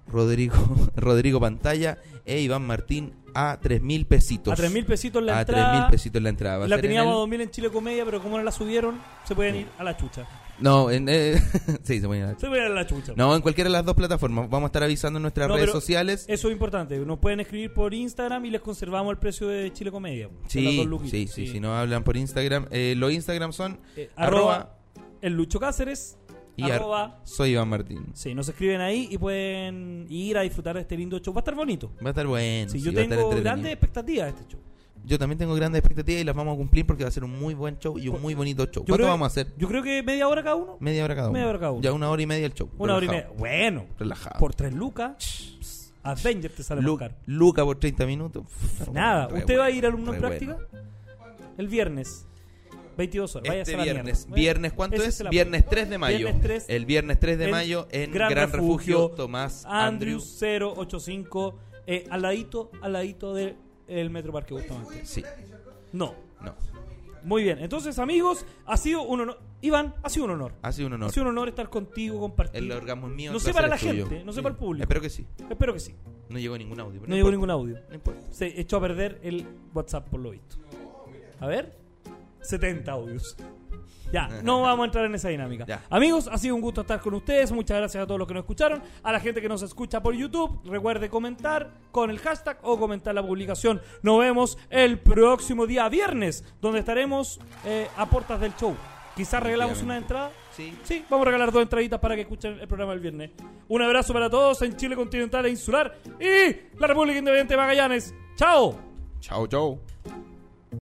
[SPEAKER 2] Rodrigo, Rodrigo Pantalla e Iván Martín a 3.000 pesitos.
[SPEAKER 1] A 3.000 pesitos la
[SPEAKER 2] A
[SPEAKER 1] entrada.
[SPEAKER 2] 3.000 pesitos la entrada. Va a
[SPEAKER 1] La
[SPEAKER 2] ser en
[SPEAKER 1] teníamos a
[SPEAKER 2] el-
[SPEAKER 1] 2000 en Chile Comedia, pero como no la subieron, se pueden ir a la chucha.
[SPEAKER 2] No, en, eh, sí, se ponía la-
[SPEAKER 1] Se pueden ir a la chucha.
[SPEAKER 2] No, en cualquiera de las dos plataformas. Vamos a estar avisando en nuestras
[SPEAKER 1] No,
[SPEAKER 2] redes
[SPEAKER 1] pero
[SPEAKER 2] sociales.
[SPEAKER 1] Eso es importante. Nos pueden escribir por Instagram y les conservamos el precio de Chile Comedia. de las
[SPEAKER 2] Sí,
[SPEAKER 1] dos luquitas.
[SPEAKER 2] sí, sí, si no hablan por Instagram. Eh, los Instagram son
[SPEAKER 1] Eh, arroba,
[SPEAKER 2] arroba,
[SPEAKER 1] el Lucho Cáceres.
[SPEAKER 2] y ar-
[SPEAKER 1] arroba.
[SPEAKER 2] soy Iván Martín.
[SPEAKER 1] Sí, nos escriben ahí y pueden ir a disfrutar de este lindo show. Va a estar bonito.
[SPEAKER 2] Va a estar bueno.
[SPEAKER 1] Sí,
[SPEAKER 2] sí,
[SPEAKER 1] yo
[SPEAKER 2] va a estar
[SPEAKER 1] tengo
[SPEAKER 2] entretenido.
[SPEAKER 1] grandes expectativas de este show.
[SPEAKER 2] Yo también tengo grandes expectativas y las vamos a cumplir porque va a ser un muy buen show y un muy bonito show.
[SPEAKER 1] Yo
[SPEAKER 2] ¿Cuánto
[SPEAKER 1] creo-
[SPEAKER 2] vamos a hacer?
[SPEAKER 1] Yo creo que media hora cada uno.
[SPEAKER 2] Media hora cada uno.
[SPEAKER 1] Media hora cada uno.
[SPEAKER 2] Ya una hora y media el show.
[SPEAKER 1] Una hora y media.
[SPEAKER 2] relajado.
[SPEAKER 1] Bueno,
[SPEAKER 2] Relajado.
[SPEAKER 1] por tres lucas, pss, Avenger te sale
[SPEAKER 2] Lu-
[SPEAKER 1] más caro.
[SPEAKER 2] Luca por 30 minutos. Pff,
[SPEAKER 1] Nada.
[SPEAKER 2] re
[SPEAKER 1] ¿Usted va a ir
[SPEAKER 2] bueno,
[SPEAKER 1] alumno en
[SPEAKER 2] re
[SPEAKER 1] práctica?
[SPEAKER 2] bueno.
[SPEAKER 1] El viernes. 22 horas. Váyase
[SPEAKER 2] Este
[SPEAKER 1] a la
[SPEAKER 2] viernes.
[SPEAKER 1] mierda.
[SPEAKER 2] Viernes, ¿cuánto
[SPEAKER 1] Ese
[SPEAKER 2] es?
[SPEAKER 1] el apoyo.
[SPEAKER 2] Viernes 3 de mayo.
[SPEAKER 1] Viernes 3
[SPEAKER 2] el viernes 3 de
[SPEAKER 1] en
[SPEAKER 2] mayo en Gran, Refugio, Tomás Andrews.
[SPEAKER 1] Andrews 085. eh, al ladito, al ladito del el Metro Parque Bustamante.
[SPEAKER 2] Sí,
[SPEAKER 1] No.
[SPEAKER 2] no.
[SPEAKER 1] Muy bien. Entonces, amigos, ha sido un honor. Iván, ha sido un honor.
[SPEAKER 2] Ha sido un honor.
[SPEAKER 1] Ha sido un honor estar contigo, compartir.
[SPEAKER 2] El orgasmo es mío.
[SPEAKER 1] No
[SPEAKER 2] el
[SPEAKER 1] sé
[SPEAKER 2] placer
[SPEAKER 1] para la
[SPEAKER 2] es tuyo.
[SPEAKER 1] gente, no sé
[SPEAKER 2] Sí.
[SPEAKER 1] para el público.
[SPEAKER 2] Espero que sí.
[SPEAKER 1] Espero que sí.
[SPEAKER 2] No llegó ningún audio. pero
[SPEAKER 1] No llegó
[SPEAKER 2] importa.
[SPEAKER 1] ningún audio.
[SPEAKER 2] No importa.
[SPEAKER 1] Se echó a perder el WhatsApp por lo visto. A ver. 70 audios. Ya, no vamos a entrar en esa dinámica.
[SPEAKER 2] Ya.
[SPEAKER 1] Amigos, ha sido un gusto estar con ustedes. Muchas gracias a todos los que nos escucharon. A la gente que nos escucha por YouTube, recuerde comentar con el hashtag o comentar la publicación. Nos vemos el próximo día viernes, donde estaremos eh, a puertas del show. Quizás regalamos una entrada.
[SPEAKER 2] Sí.
[SPEAKER 1] Sí, vamos a regalar dos entraditas para que escuchen el programa el viernes. Un abrazo para todos en Chile continental e insular y la República Independiente de Magallanes. ¡Chao!
[SPEAKER 2] Chao, chao.